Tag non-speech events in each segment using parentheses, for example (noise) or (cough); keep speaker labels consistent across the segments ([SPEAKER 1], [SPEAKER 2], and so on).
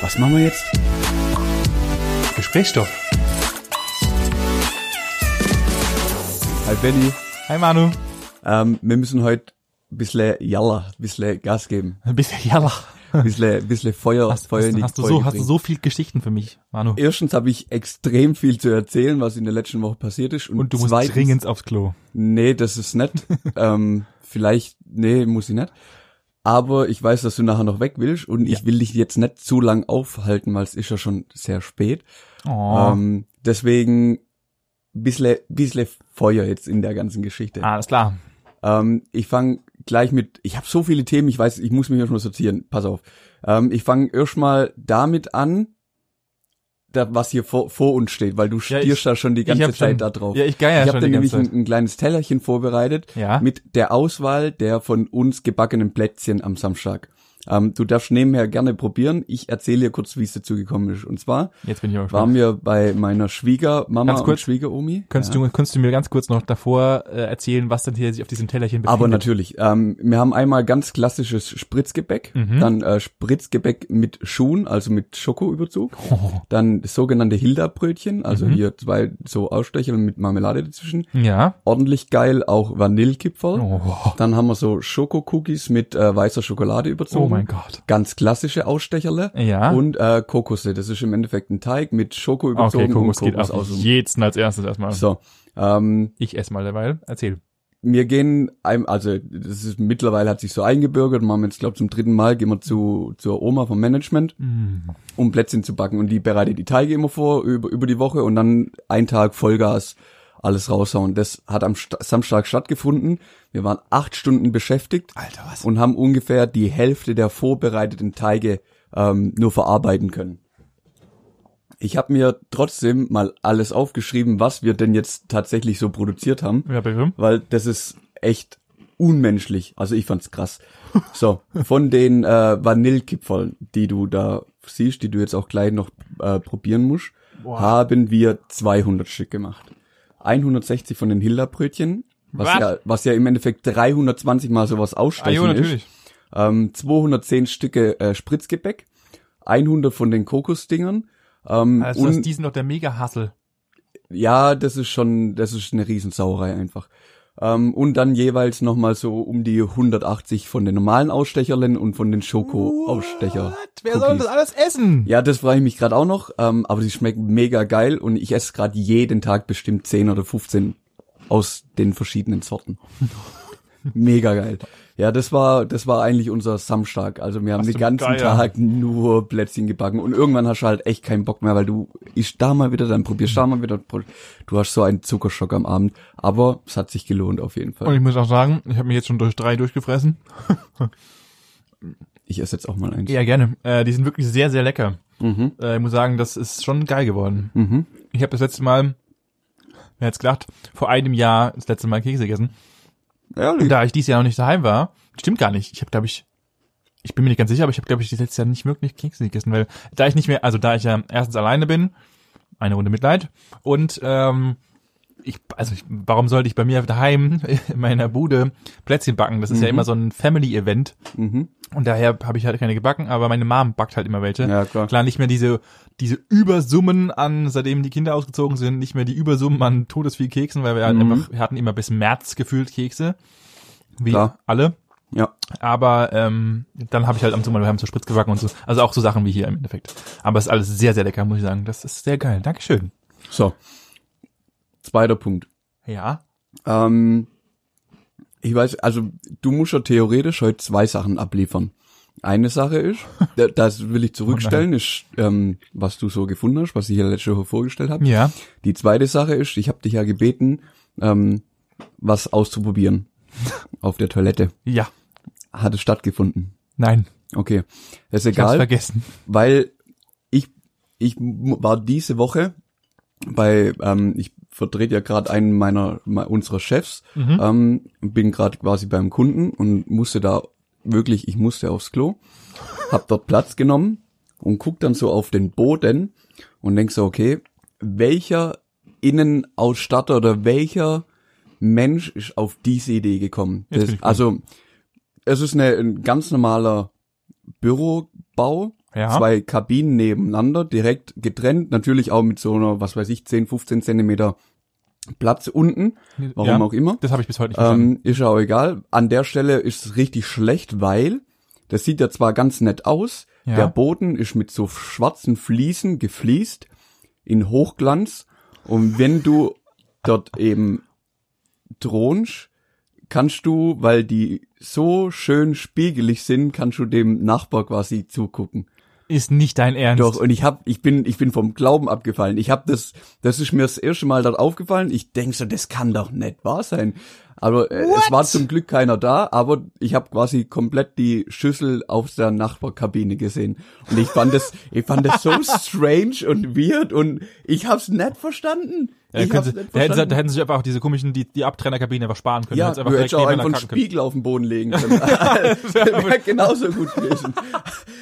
[SPEAKER 1] Was machen wir jetzt?
[SPEAKER 2] Gesprächsstoff.
[SPEAKER 1] Hi Benny.
[SPEAKER 2] Hi Manu.
[SPEAKER 1] Ähm, wir müssen heute ein bisschen Jalla, ein bisschen Gas geben.
[SPEAKER 2] (laughs) Ein bisschen jalla.
[SPEAKER 1] Ein bisschen, ein bisschen Feuer,
[SPEAKER 2] Hast,
[SPEAKER 1] Feuer in
[SPEAKER 2] hast,
[SPEAKER 1] die
[SPEAKER 2] hast, du
[SPEAKER 1] Folge
[SPEAKER 2] so, hast du
[SPEAKER 1] bringen.
[SPEAKER 2] so viel Geschichten für mich, Manu.
[SPEAKER 1] Erstens habe ich extrem viel zu erzählen, was in der letzten Woche passiert ist. Und,
[SPEAKER 2] Und du musst
[SPEAKER 1] zweitens,
[SPEAKER 2] dringend aufs Klo.
[SPEAKER 1] Nee, das ist
[SPEAKER 2] (laughs)
[SPEAKER 1] nett. ähm, vielleicht, nee, muss ich nicht. Aber ich weiß, dass du nachher noch weg willst und ich will dich jetzt nicht zu lang aufhalten, weil es ist ja schon sehr spät.
[SPEAKER 2] Oh.
[SPEAKER 1] Ähm, deswegen bissle, bissle Feuer jetzt in der ganzen Geschichte.
[SPEAKER 2] Ah, Alles klar.
[SPEAKER 1] Ähm, ich fange gleich mit, ich habe so viele Themen, ich weiß, ich muss mich erstmal sortieren, pass auf. Ähm, ich fange erstmal damit an, da, was hier vor, vor uns steht, weil du
[SPEAKER 2] Ja, ich-
[SPEAKER 1] stierst da schon die ganze
[SPEAKER 2] hab
[SPEAKER 1] Zeit
[SPEAKER 2] schon,
[SPEAKER 1] da drauf.
[SPEAKER 2] Ja, ich geier
[SPEAKER 1] ich
[SPEAKER 2] schon
[SPEAKER 1] habe da
[SPEAKER 2] die ganze
[SPEAKER 1] nämlich ein,
[SPEAKER 2] Zeit.
[SPEAKER 1] ein kleines Tellerchen vorbereitet
[SPEAKER 2] Ja.
[SPEAKER 1] mit der Auswahl der von uns gebackenen Plätzchen am Samstag. Ähm, du darfst nebenher gerne probieren. Ich erzähle dir kurz, wie es dazu gekommen ist. Und zwar
[SPEAKER 2] Jetzt bin ich auch gespannt.
[SPEAKER 1] waren wir bei meiner Schwiegermama
[SPEAKER 2] Ganz
[SPEAKER 1] und
[SPEAKER 2] kurz.
[SPEAKER 1] Schwiegeromi.
[SPEAKER 2] Könntest, du, könntest du mir ganz kurz noch davor äh, erzählen, was denn hier sich auf diesem Tellerchen befindet?
[SPEAKER 1] Aber natürlich, ähm, wir haben einmal ganz klassisches Spritzgebäck,
[SPEAKER 2] Mhm.
[SPEAKER 1] dann äh, Spritzgebäck mit Schuhen, also mit Schokoüberzug,
[SPEAKER 2] Oh.
[SPEAKER 1] dann das sogenannte Hilda-Brötchen, also
[SPEAKER 2] Mhm.
[SPEAKER 1] hier zwei so Ausstecher mit Marmelade dazwischen,
[SPEAKER 2] Ja.
[SPEAKER 1] ordentlich geil auch Vanillekipferl,
[SPEAKER 2] Oh.
[SPEAKER 1] dann haben wir so Schokokookies mit äh, weißer Schokolade überzogen,
[SPEAKER 2] oh mein Gott.
[SPEAKER 1] ganz klassische Ausstecherle
[SPEAKER 2] Ja.
[SPEAKER 1] und äh, Kokose, das ist im Endeffekt ein Teig mit Schoko überzogen
[SPEAKER 2] okay, Kokos
[SPEAKER 1] und
[SPEAKER 2] geht
[SPEAKER 1] Kokos
[SPEAKER 2] auf
[SPEAKER 1] aus.
[SPEAKER 2] jeden als erstes erstmal.
[SPEAKER 1] So, ähm,
[SPEAKER 2] Ich esse mal derweil. Erzähl.
[SPEAKER 1] wir gehen, ein, also das ist mittlerweile hat sich so eingebürgert, machen wir jetzt glaube zum dritten Mal, gehen wir zu zur Oma vom Management,
[SPEAKER 2] Mm.
[SPEAKER 1] um Plätzchen zu backen und die bereitet die Teige immer vor über über die Woche und dann einen Tag Vollgas alles raushauen. Das hat am Sta- Samstag stattgefunden. Wir waren acht Stunden beschäftigt
[SPEAKER 2] Alter, was?
[SPEAKER 1] und haben ungefähr die Hälfte der vorbereiteten Teige ähm, nur verarbeiten können. Ich habe mir trotzdem mal alles aufgeschrieben, was wir denn jetzt tatsächlich so produziert haben
[SPEAKER 2] Ja, bitte.
[SPEAKER 1] weil das ist echt unmenschlich. Also ich fand's krass.
[SPEAKER 2] (laughs)
[SPEAKER 1] So, von den äh, Vanillekipferln, die du da siehst, die du jetzt auch gleich noch äh, probieren musst,
[SPEAKER 2] Boah.
[SPEAKER 1] haben wir 200 Stück gemacht. 160 von den Hilda-Brötchen, was
[SPEAKER 2] Was?
[SPEAKER 1] ja, was ja im Endeffekt 320 mal sowas
[SPEAKER 2] Ah, jo,
[SPEAKER 1] ausstechen ist.
[SPEAKER 2] natürlich.
[SPEAKER 1] Ähm, 210 Stücke äh, Spritzgebäck, 100 von den Kokosdingern. Ähm,
[SPEAKER 2] Also,
[SPEAKER 1] und-
[SPEAKER 2] das, die sind doch der Mega-Hassel.
[SPEAKER 1] ja, das ist schon, das ist eine Riesensauerei einfach. Ähm, und dann jeweils nochmal so um die 180 von den normalen Ausstecherlen und von den Schoko-Ausstecher.
[SPEAKER 2] What? Wer soll das alles essen?
[SPEAKER 1] Ja, das frage ich mich gerade auch noch, ähm, aber die schmecken mega geil und ich esse gerade jeden Tag bestimmt 10 oder 15 aus den verschiedenen
[SPEAKER 2] (laughs)
[SPEAKER 1] Sorten. Mega geil. Ja, das war, das war eigentlich unser Samstag. Also wir haben
[SPEAKER 2] Was
[SPEAKER 1] den
[SPEAKER 2] zum
[SPEAKER 1] ganzen
[SPEAKER 2] Geier.
[SPEAKER 1] Tag nur Plätzchen gebacken und irgendwann hast du halt echt keinen Bock mehr, weil du isst da mal wieder, dann probierst da mal wieder. Du hast so einen Zuckerschock am Abend, aber es hat sich gelohnt auf jeden
[SPEAKER 2] Und
[SPEAKER 1] Fall.
[SPEAKER 2] ich muss auch sagen, ich habe mir jetzt schon durch drei durchgefressen.
[SPEAKER 1] Ich esse jetzt auch mal eins.
[SPEAKER 2] Ja, gerne. Äh, die sind wirklich sehr, sehr lecker.
[SPEAKER 1] Mhm.
[SPEAKER 2] Äh, ich muss sagen, das ist schon geil geworden.
[SPEAKER 1] Mhm.
[SPEAKER 2] Ich habe das letzte Mal, wer hätte gedacht, vor einem Jahr das letzte Mal Kekse gegessen. Und
[SPEAKER 1] Ehrlich?
[SPEAKER 2] da ich dieses Jahr noch nicht daheim war, stimmt gar nicht. Ich habe, glaube ich, ich bin mir nicht ganz sicher, aber ich habe, glaube ich, das letzte Jahr nicht wirklich Kekse gegessen, weil da ich nicht mehr, also da ich ja erstens alleine bin, eine Runde Mitleid und ähm, ich, also ich, warum sollte ich bei mir daheim (laughs) in meiner Bude Plätzchen backen? Das ist ja
[SPEAKER 1] Mhm.
[SPEAKER 2] immer so ein Family-Event
[SPEAKER 1] Mhm.
[SPEAKER 2] und daher habe ich halt keine gebacken, aber meine Mom backt halt immer welche.
[SPEAKER 1] Ja, klar.
[SPEAKER 2] Klar, nicht mehr diese, diese Übersummen an, seitdem die Kinder ausgezogen sind, nicht mehr die Übersummen an todesviel Keksen, weil wir halt
[SPEAKER 1] Mhm.
[SPEAKER 2] einfach, wir hatten immer bis März gefühlt Kekse. Wie
[SPEAKER 1] Klar.
[SPEAKER 2] alle.
[SPEAKER 1] Ja.
[SPEAKER 2] Aber ähm, dann habe ich halt am Sommer, wir haben so Spritz gebacken und so. Also auch so Sachen wie hier im Endeffekt. Aber es ist alles sehr, sehr lecker, muss ich sagen. Das ist sehr geil. Dankeschön.
[SPEAKER 1] So. Zweiter Punkt.
[SPEAKER 2] Ja.
[SPEAKER 1] Ähm, ich weiß, also du musst ja theoretisch heute zwei Sachen abliefern. Eine Sache
[SPEAKER 2] (laughs)
[SPEAKER 1] ist, da- das will ich
[SPEAKER 2] Oh
[SPEAKER 1] zurückstellen, ist, ähm, was du so gefunden hast, was ich hier letzte Woche vorgestellt habe.
[SPEAKER 2] Ja.
[SPEAKER 1] Die zweite Sache ist, ich habe dich ja gebeten, ähm, was
[SPEAKER 2] (laughs)
[SPEAKER 1] auszuprobieren auf der Toilette.
[SPEAKER 2] Ja.
[SPEAKER 1] Hat es stattgefunden?
[SPEAKER 2] Nein.
[SPEAKER 1] Okay, das ist
[SPEAKER 2] Ich hab's
[SPEAKER 1] egal,
[SPEAKER 2] vergessen.
[SPEAKER 1] weil ich ich mu- war diese Woche bei, ähm, ich vertrete ja gerade einen meiner me- unserer Chefs
[SPEAKER 2] Mhm.
[SPEAKER 1] ähm, bin gerade quasi beim Kunden und musste da wirklich, ich musste aufs Klo, hab dort Platz genommen und guck dann so auf den Boden und denk so, okay, welcher Innenausstatter oder welcher Mensch ist auf diese Idee gekommen?
[SPEAKER 2] Jetzt
[SPEAKER 1] Das,
[SPEAKER 2] bin ich
[SPEAKER 1] also, es ist eine, ein ganz normaler Bürobau
[SPEAKER 2] Ja.
[SPEAKER 1] zwei Kabinen nebeneinander, direkt getrennt, natürlich auch mit so einer, was weiß ich, 10, 15 Zentimeter Platz unten, warum
[SPEAKER 2] ja.
[SPEAKER 1] auch immer.
[SPEAKER 2] Das habe ich bis heute nicht verstanden.
[SPEAKER 1] Ähm, ist ja auch egal. An der Stelle ist es richtig schlecht, weil das sieht ja zwar ganz nett aus,
[SPEAKER 2] Ja.
[SPEAKER 1] der Boden ist mit so schwarzen Fliesen gefliest in Hochglanz und wenn du dort eben drohnst, kannst du, weil die so schön spiegelig sind, kannst du dem Nachbar quasi zugucken.
[SPEAKER 2] Ist nicht dein Ernst.
[SPEAKER 1] Doch, und ich hab, ich bin, ich bin vom Glauben abgefallen. Ich hab das, das ist mir das erste Mal dort aufgefallen. Ich denk so, das kann doch nicht wahr sein. Aber äh, es war zum Glück keiner da, aber ich hab quasi komplett die Schüssel auf der Nachbarkabine gesehen. Und ich fand das, ich fand das so strange und weird und ich hab's nicht verstanden.
[SPEAKER 2] Ja,
[SPEAKER 1] ich
[SPEAKER 2] können
[SPEAKER 1] hab's
[SPEAKER 2] sie,
[SPEAKER 1] nicht
[SPEAKER 2] da, hätten sie, da
[SPEAKER 1] verstanden.
[SPEAKER 2] hätten sie sich einfach auch diese komischen, die, die Abtrennerkabine einfach sparen können.
[SPEAKER 1] Ja,
[SPEAKER 2] hätten sie einfach
[SPEAKER 1] du hättest auch einfach
[SPEAKER 2] nebeneinander
[SPEAKER 1] einen
[SPEAKER 2] kacken können.
[SPEAKER 1] Spiegel auf den Boden
[SPEAKER 2] (laughs)
[SPEAKER 1] legen können. (laughs) das wäre genauso gut gewesen.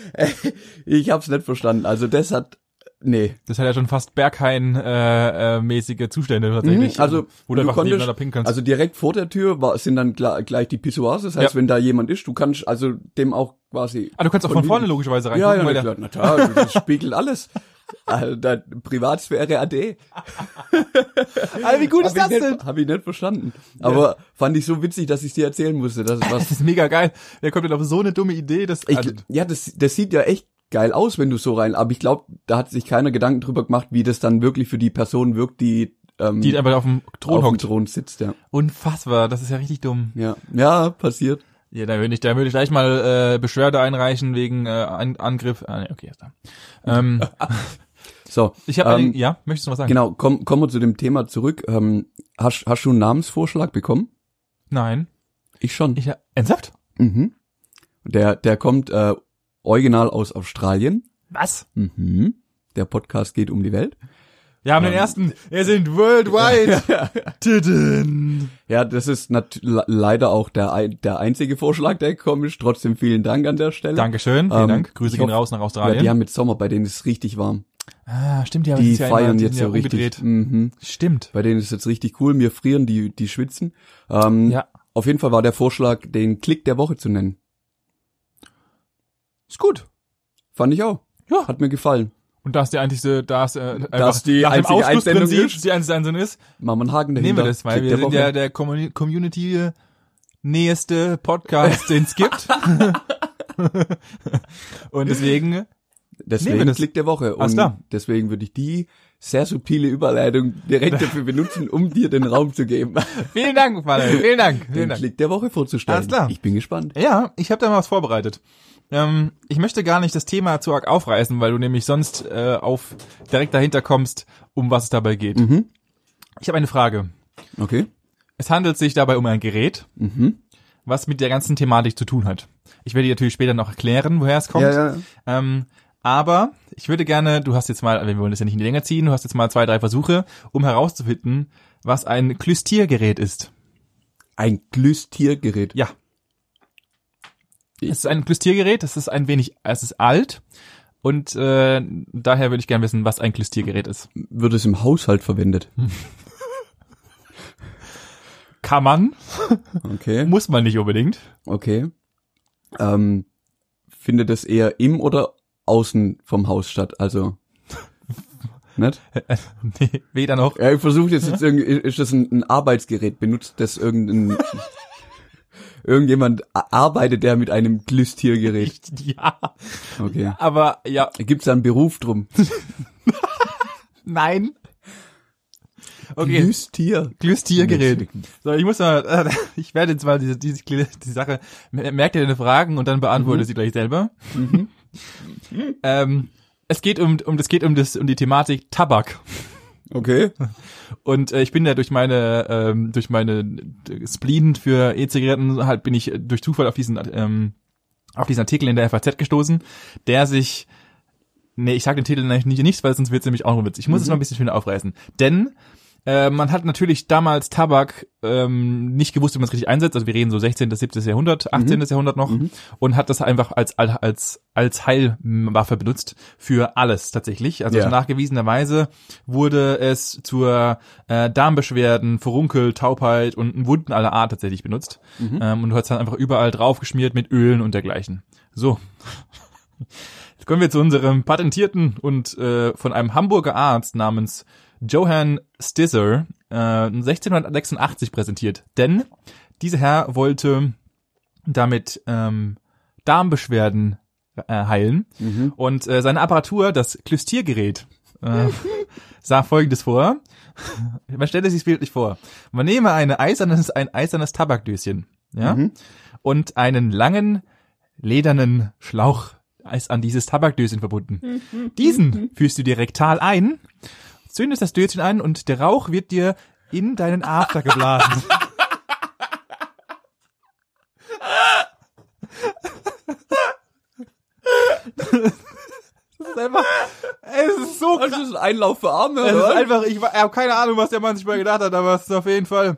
[SPEAKER 1] (laughs) ich hab's nicht verstanden. Also das hat, nee.
[SPEAKER 2] Das hat ja schon fast Berghain-mäßige Zustände tatsächlich.
[SPEAKER 1] Mhm, also,
[SPEAKER 2] ähm, wo du
[SPEAKER 1] du
[SPEAKER 2] einfach
[SPEAKER 1] konntest-
[SPEAKER 2] nebeneinander pinkeln kannst.
[SPEAKER 1] Also direkt vor der Tür war, sind dann gla- gleich die Pissoirs. Das heißt,
[SPEAKER 2] Ja.
[SPEAKER 1] wenn da jemand ist, du kannst also dem auch quasi.
[SPEAKER 2] ah, du kannst auch von
[SPEAKER 1] hinten-
[SPEAKER 2] vorne logischerweise rein.
[SPEAKER 1] Ja, ja,
[SPEAKER 2] weil
[SPEAKER 1] na
[SPEAKER 2] der,
[SPEAKER 1] klar, na klar, das spiegelt alles. Also, da, Privatsphäre
[SPEAKER 2] (laughs)
[SPEAKER 1] AD.
[SPEAKER 2] Alter, Ah, wie gut
[SPEAKER 1] Hab ich, nicht, hab ich nicht verstanden. Aber fand ich so witzig, dass ich dir erzählen musste. Das ist was.
[SPEAKER 2] Das (laughs) ist mega geil. Wer kommt denn auf so eine dumme Idee? Dass,
[SPEAKER 1] Ich,
[SPEAKER 2] also,
[SPEAKER 1] ja, das, das sieht ja echt geil aus, wenn du so rein. Aber ich glaube, da hat sich keiner Gedanken drüber gemacht, wie das dann wirklich für die Person wirkt, die, ähm,
[SPEAKER 2] die einfach auf dem Thron
[SPEAKER 1] auf dem
[SPEAKER 2] hockt.
[SPEAKER 1] Thron sitzt. Ja,
[SPEAKER 2] Unfassbar, das ist ja richtig dumm.
[SPEAKER 1] ja, ja passiert.
[SPEAKER 2] Ja, da würde ich, da würde ich gleich mal äh, Beschwerde einreichen wegen äh, An Angriff. Ah, nee, okay, ist da. Ähm,
[SPEAKER 1] So,
[SPEAKER 2] ich habe,
[SPEAKER 1] ähm,
[SPEAKER 2] eine- ja, möchtest du was sagen?
[SPEAKER 1] Genau, komm, kommen wir zu dem Thema zurück. Ähm, hast, hast du einen Namensvorschlag bekommen?
[SPEAKER 2] Nein,
[SPEAKER 1] Ich schon.
[SPEAKER 2] ich ernsthaft?
[SPEAKER 1] mhm. Der, der kommt äh, original aus Australien.
[SPEAKER 2] Was?
[SPEAKER 1] Mhm. Der Podcast geht um die Welt.
[SPEAKER 2] Wir haben den
[SPEAKER 1] Ähm,
[SPEAKER 2] ersten. Wir sind
[SPEAKER 1] (laughs)
[SPEAKER 2] worldwide. Tidin.
[SPEAKER 1] Ja, das ist nat- le- leider auch der, ein- der einzige Vorschlag, der gekommen ist. Trotzdem vielen Dank an der Stelle.
[SPEAKER 2] Dankeschön, vielen
[SPEAKER 1] Ähm,
[SPEAKER 2] Dank. Grüße
[SPEAKER 1] ich
[SPEAKER 2] gehen
[SPEAKER 1] hoffe-
[SPEAKER 2] raus nach
[SPEAKER 1] Ja,
[SPEAKER 2] Australien.
[SPEAKER 1] die haben jetzt Sommer, bei denen ist es richtig warm.
[SPEAKER 2] ah, stimmt, die haben
[SPEAKER 1] Die
[SPEAKER 2] jetzt ja einmal-
[SPEAKER 1] feiern
[SPEAKER 2] die
[SPEAKER 1] jetzt
[SPEAKER 2] sind ja
[SPEAKER 1] so richtig.
[SPEAKER 2] umgedreht.
[SPEAKER 1] Mhm.
[SPEAKER 2] Stimmt.
[SPEAKER 1] Bei denen ist jetzt richtig cool. Mir frieren die, die schwitzen. Ähm,
[SPEAKER 2] Ja.
[SPEAKER 1] Auf jeden Fall war der Vorschlag, den Klick der Woche zu nennen.
[SPEAKER 2] Ist gut.
[SPEAKER 1] Fand ich auch.
[SPEAKER 2] Ja.
[SPEAKER 1] Hat mir gefallen.
[SPEAKER 2] Und da es die einzige, da es äh, einfach
[SPEAKER 1] die
[SPEAKER 2] nach dem
[SPEAKER 1] einzige
[SPEAKER 2] Ausschlussprinzip
[SPEAKER 1] Einsendung ist?
[SPEAKER 2] die einzige Einsendung ist,
[SPEAKER 1] Machen wir einen Haken dahinter.
[SPEAKER 2] nehmen wir das, weil
[SPEAKER 1] Klick
[SPEAKER 2] wir
[SPEAKER 1] der
[SPEAKER 2] sind
[SPEAKER 1] Woche.
[SPEAKER 2] ja der Community, Community nächste Podcast, den es
[SPEAKER 1] (laughs)
[SPEAKER 2] gibt. (laughs) Und deswegen,
[SPEAKER 1] deswegen
[SPEAKER 2] nehmen wir das.
[SPEAKER 1] Klick der Woche. Und
[SPEAKER 2] Alles klar.
[SPEAKER 1] deswegen würde ich die sehr subtile Überleitung
[SPEAKER 2] (laughs)
[SPEAKER 1] direkt dafür benutzen, um dir den Raum zu geben,
[SPEAKER 2] vielen Dank, Manuel, vielen Dank, (laughs) vielen
[SPEAKER 1] den
[SPEAKER 2] Dank.
[SPEAKER 1] Klick der Woche vorzustellen.
[SPEAKER 2] Alles klar.
[SPEAKER 1] Ich bin gespannt.
[SPEAKER 2] Ja, ich habe da mal was vorbereitet. Ähm, ich möchte gar nicht das Thema zu arg aufreißen, weil du nämlich sonst äh, auf direkt dahinter kommst, um was es dabei geht.
[SPEAKER 1] Mhm.
[SPEAKER 2] Ich habe eine Frage.
[SPEAKER 1] Okay.
[SPEAKER 2] Es handelt sich dabei um ein Gerät,
[SPEAKER 1] Mhm.
[SPEAKER 2] was mit der ganzen Thematik zu tun hat. Ich werde dir natürlich später noch erklären, woher es kommt.
[SPEAKER 1] Ja, ja.
[SPEAKER 2] Ähm, aber ich würde gerne, du hast jetzt mal, wir wollen das ja nicht in die Länge ziehen, du hast jetzt mal zwei, drei Versuche, um herauszufinden, was ein Klüstiergerät ist.
[SPEAKER 1] Ein Glüstiergerät.
[SPEAKER 2] Ja. Es ist ein Klüstiergerät, es ist ein wenig, es ist alt und äh, daher würde ich gerne wissen, was ein Klüstiergerät ist.
[SPEAKER 1] Wird es im Haushalt verwendet?
[SPEAKER 2] Hm. Kann man,
[SPEAKER 1] Okay.
[SPEAKER 2] muss man nicht unbedingt. (laughs)
[SPEAKER 1] Okay. Ähm, findet es eher im oder außen vom Haus statt?
[SPEAKER 2] (laughs)
[SPEAKER 1] Also. Nicht?
[SPEAKER 2] nee, weder noch.
[SPEAKER 1] Ja, ich versuche jetzt, jetzt irgendwie, ist das ein, ein Arbeitsgerät? Benutzt das irgendein, (laughs) irgendjemand a- arbeitet der mit einem Glüstiergerät?
[SPEAKER 2] Ja,
[SPEAKER 1] Okay.
[SPEAKER 2] aber ja,
[SPEAKER 1] Gibt's da einen Beruf drum?
[SPEAKER 2] nein. Okay,
[SPEAKER 1] Glüstier.
[SPEAKER 2] Glüstiergerät. So, ich muss mal, (laughs) ich werde jetzt mal diese, diese, die Sache, merkt ihr deine Fragen und dann beantworte sie gleich selber. (laughs) ähm, es geht um, um, es geht um das, um die Thematik Tabak.
[SPEAKER 1] Okay.
[SPEAKER 2] Und äh, ich bin ja durch meine, ähm, durch meine d- Spleen für E-Zigaretten halt bin ich äh, durch Zufall auf diesen, ähm, auf diesen Artikel in der FAZ gestoßen, der sich, nee, ich sag den Titel eigentlich nicht, nicht weil sonst wird's nämlich auch nur witzig. Ich muss es noch ein bisschen schöner aufreißen. Denn äh, man hat natürlich damals Tabak ähm, nicht gewusst, wie man es richtig einsetzt. Also wir reden so 16. bis 17. Jahrhundert, 18. Jahrhundert noch und hat das einfach als als- als als Heilwaffe benutzt für alles tatsächlich. Also
[SPEAKER 1] Ja.
[SPEAKER 2] nachgewiesenerweise wurde es zur äh, Darmbeschwerden, Furunkel, Taubheit und Wunden aller Art tatsächlich benutzt. Ähm, und du hast dann einfach überall draufgeschmiert mit Ölen und dergleichen. So. Jetzt kommen wir zu unserem patentierten und äh, von einem Hamburger Arzt namens Johann Stisser äh, 1686 präsentiert. Denn dieser Herr wollte damit ähm, Darmbeschwerden äh, heilen.
[SPEAKER 1] Mhm.
[SPEAKER 2] Und äh, seine Apparatur, das Klystiergerät, äh, sah folgendes vor. (laughs) Man stelle sich bildlich vor. Man nehme eine eisernes, ein eisernes Tabakdöschen, ja,
[SPEAKER 1] Mhm.
[SPEAKER 2] und einen langen, ledernen Schlauch ist an dieses Tabakdöschen verbunden. Diesen führst du dir rektal ein, zündest das Döschen an und der Rauch wird dir in deinen After geblasen. Das ist einfach, es ist so
[SPEAKER 1] Also, Das ist ein Einlauf für Arme,
[SPEAKER 2] es ist
[SPEAKER 1] oder?
[SPEAKER 2] einfach, ich, wa- ich habe keine Ahnung, was der Mann sich mal gedacht hat, aber es ist auf jeden Fall.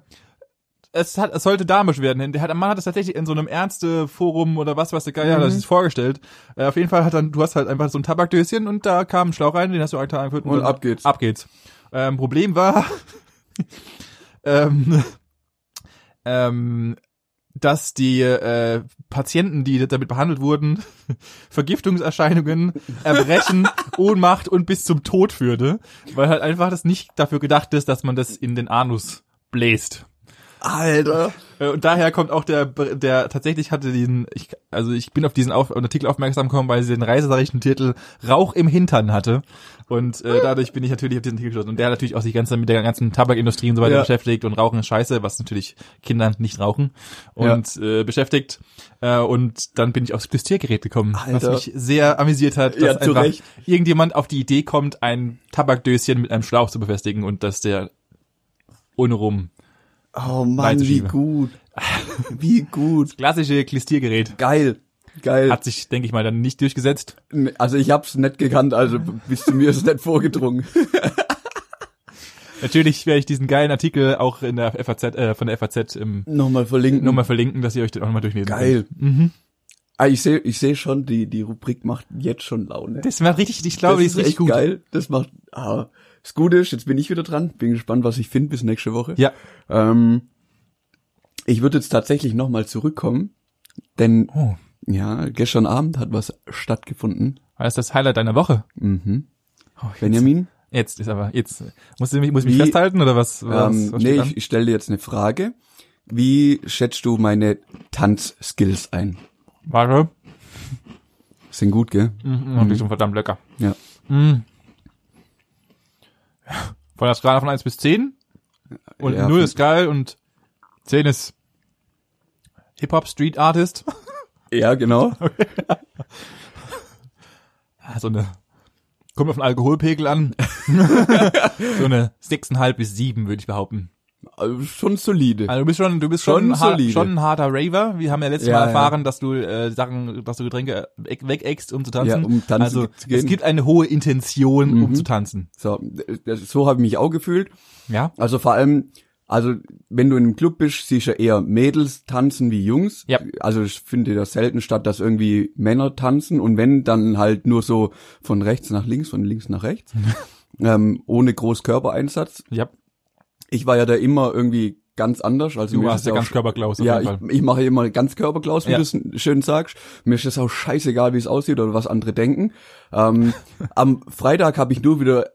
[SPEAKER 2] Es, hat, es sollte damisch werden. Der, hat, der Mann hat es tatsächlich in so einem Ärzteforum oder was weiß ich,
[SPEAKER 1] Mhm.
[SPEAKER 2] ja, das ist vorgestellt. Äh, auf jeden Fall hat dann, du hast halt einfach so ein Tabakdöschen und da kam ein Schlauch rein, den hast du einfach eingeführt
[SPEAKER 1] Und
[SPEAKER 2] dann
[SPEAKER 1] ab geht's.
[SPEAKER 2] Ab geht's. Ähm, Problem war, (laughs) ähm, ähm, dass die äh, Patienten, die damit behandelt wurden, (laughs) Vergiftungserscheinungen,
[SPEAKER 1] (laughs)
[SPEAKER 2] Erbrechen, Ohnmacht und bis zum Tod führte, weil halt einfach das nicht dafür gedacht ist, dass man das in den Anus bläst.
[SPEAKER 1] Alter.
[SPEAKER 2] Äh, Und daher kommt auch der, der tatsächlich hatte diesen, ich, also ich bin auf diesen auf, Artikel aufmerksam gekommen, weil sie den reisereichen Titel Rauch im Hintern hatte. Und äh, dadurch bin ich natürlich auf diesen Artikel gestoßen. Und der hat natürlich auch sich ganz mit der ganzen Tabakindustrie und so weiter
[SPEAKER 1] Ja.
[SPEAKER 2] beschäftigt und Rauchen ist scheiße, was natürlich Kinder nicht rauchen und äh, beschäftigt. Äh, und dann bin ich aufs Klistiergerät gekommen,
[SPEAKER 1] Alter.
[SPEAKER 2] was mich sehr amüsiert hat, dass
[SPEAKER 1] Ja, zu
[SPEAKER 2] einfach
[SPEAKER 1] Recht.
[SPEAKER 2] irgendjemand auf die Idee kommt, ein Tabakdöschen mit einem Schlauch zu befestigen und dass der ohne rum.
[SPEAKER 1] Oh Mann, wie
[SPEAKER 2] Weiterschiebe. (laughs)
[SPEAKER 1] gut. Wie gut.
[SPEAKER 2] Klassische Klistiergerät.
[SPEAKER 1] Geil. Geil.
[SPEAKER 2] hat sich, denke ich mal, dann nicht durchgesetzt.
[SPEAKER 1] Also ich hab's nicht gekannt, also bis zu mir ist es nicht vorgedrungen.
[SPEAKER 2] Natürlich werde ich diesen geilen Artikel auch in der FAZ, äh, von der FAZ ähm,
[SPEAKER 1] Nochmal verlinken.
[SPEAKER 2] nochmal Mhm. verlinken, dass ihr euch den auch nochmal durchlesen könnt.
[SPEAKER 1] Geil. Ah, ich sehe ich seh schon, die, die Rubrik macht jetzt schon Laune.
[SPEAKER 2] Das war richtig, ich glaube, die ist richtig
[SPEAKER 1] echt
[SPEAKER 2] gut.
[SPEAKER 1] geil. Das macht, ah, das Gute ist, jetzt bin ich wieder dran. Bin gespannt, was ich finde bis nächste Woche.
[SPEAKER 2] Ja,
[SPEAKER 1] Ähm, ich würde jetzt tatsächlich nochmal zurückkommen, denn
[SPEAKER 2] Oh.
[SPEAKER 1] ja, gestern Abend hat was stattgefunden.
[SPEAKER 2] war das das Highlight deiner Woche?
[SPEAKER 1] Mhm.
[SPEAKER 2] Oh, jetzt,
[SPEAKER 1] Benjamin,
[SPEAKER 2] Jetzt ist aber, jetzt. Muss ich mich, muss ich mich
[SPEAKER 1] Wie-
[SPEAKER 2] festhalten oder was? was,
[SPEAKER 1] ähm,
[SPEAKER 2] was steht
[SPEAKER 1] nee,
[SPEAKER 2] an?
[SPEAKER 1] ich, ich stelle dir jetzt eine Frage. Wie schätzt du meine Tanzskills ein?
[SPEAKER 2] Warte.
[SPEAKER 1] Sind gut, gell?
[SPEAKER 2] Mhm, Und die ist schon verdammt lecker.
[SPEAKER 1] Ja.
[SPEAKER 2] Mhm. Von der Skala von 1 bis 10. Und
[SPEAKER 1] Ja,
[SPEAKER 2] 0
[SPEAKER 1] von-
[SPEAKER 2] ist geil und 10 ist Hip-Hop-Street-Artist.
[SPEAKER 1] Ja,
[SPEAKER 2] (laughs)
[SPEAKER 1] genau.
[SPEAKER 2] Ah, so eine. Kommt auf den
[SPEAKER 1] (laughs)
[SPEAKER 2] Alkoholpegel an. so eine sechseinhalb bis sieben, würde ich behaupten.
[SPEAKER 1] Also schon solide.
[SPEAKER 2] Also du bist schon, du bist
[SPEAKER 1] Schon
[SPEAKER 2] schon, ein har-
[SPEAKER 1] solide.
[SPEAKER 2] schon ein harter Raver. Wir haben ja letztes
[SPEAKER 1] Ja,
[SPEAKER 2] Mal
[SPEAKER 1] ja.
[SPEAKER 2] erfahren, dass du äh, Sachen, dass du Getränke äh, wegäckst, um zu tanzen.
[SPEAKER 1] Ja, um tanzen
[SPEAKER 2] also
[SPEAKER 1] zu gehen.
[SPEAKER 2] es gibt eine hohe Intention, um
[SPEAKER 1] Mhm.
[SPEAKER 2] zu tanzen.
[SPEAKER 1] So, das, so habe ich mich auch gefühlt.
[SPEAKER 2] Ja,
[SPEAKER 1] Also vor allem, also wenn du in einem Club bist, siehst du ja eher Mädels tanzen wie Jungs.
[SPEAKER 2] Ja.
[SPEAKER 1] Also ich finde das selten statt, dass irgendwie Männer tanzen und wenn, dann halt nur so von rechts nach links, von links nach rechts.
[SPEAKER 2] (laughs)
[SPEAKER 1] ähm, ohne groß Körpereinsatz.
[SPEAKER 2] ja.
[SPEAKER 1] Ich war ja da immer irgendwie ganz anders. Also
[SPEAKER 2] Du
[SPEAKER 1] mir ist
[SPEAKER 2] hast
[SPEAKER 1] es
[SPEAKER 2] ja
[SPEAKER 1] auch
[SPEAKER 2] ganz Körperklaus auf
[SPEAKER 1] ja,
[SPEAKER 2] jeden Fall.
[SPEAKER 1] ich, ich mache immer ganz Körperklaus, wie
[SPEAKER 2] Ja.
[SPEAKER 1] du es schön sagst. Mir ist es auch scheißegal, wie es aussieht oder was andere denken.
[SPEAKER 2] (laughs)
[SPEAKER 1] Ähm, am Freitag habe ich nur wieder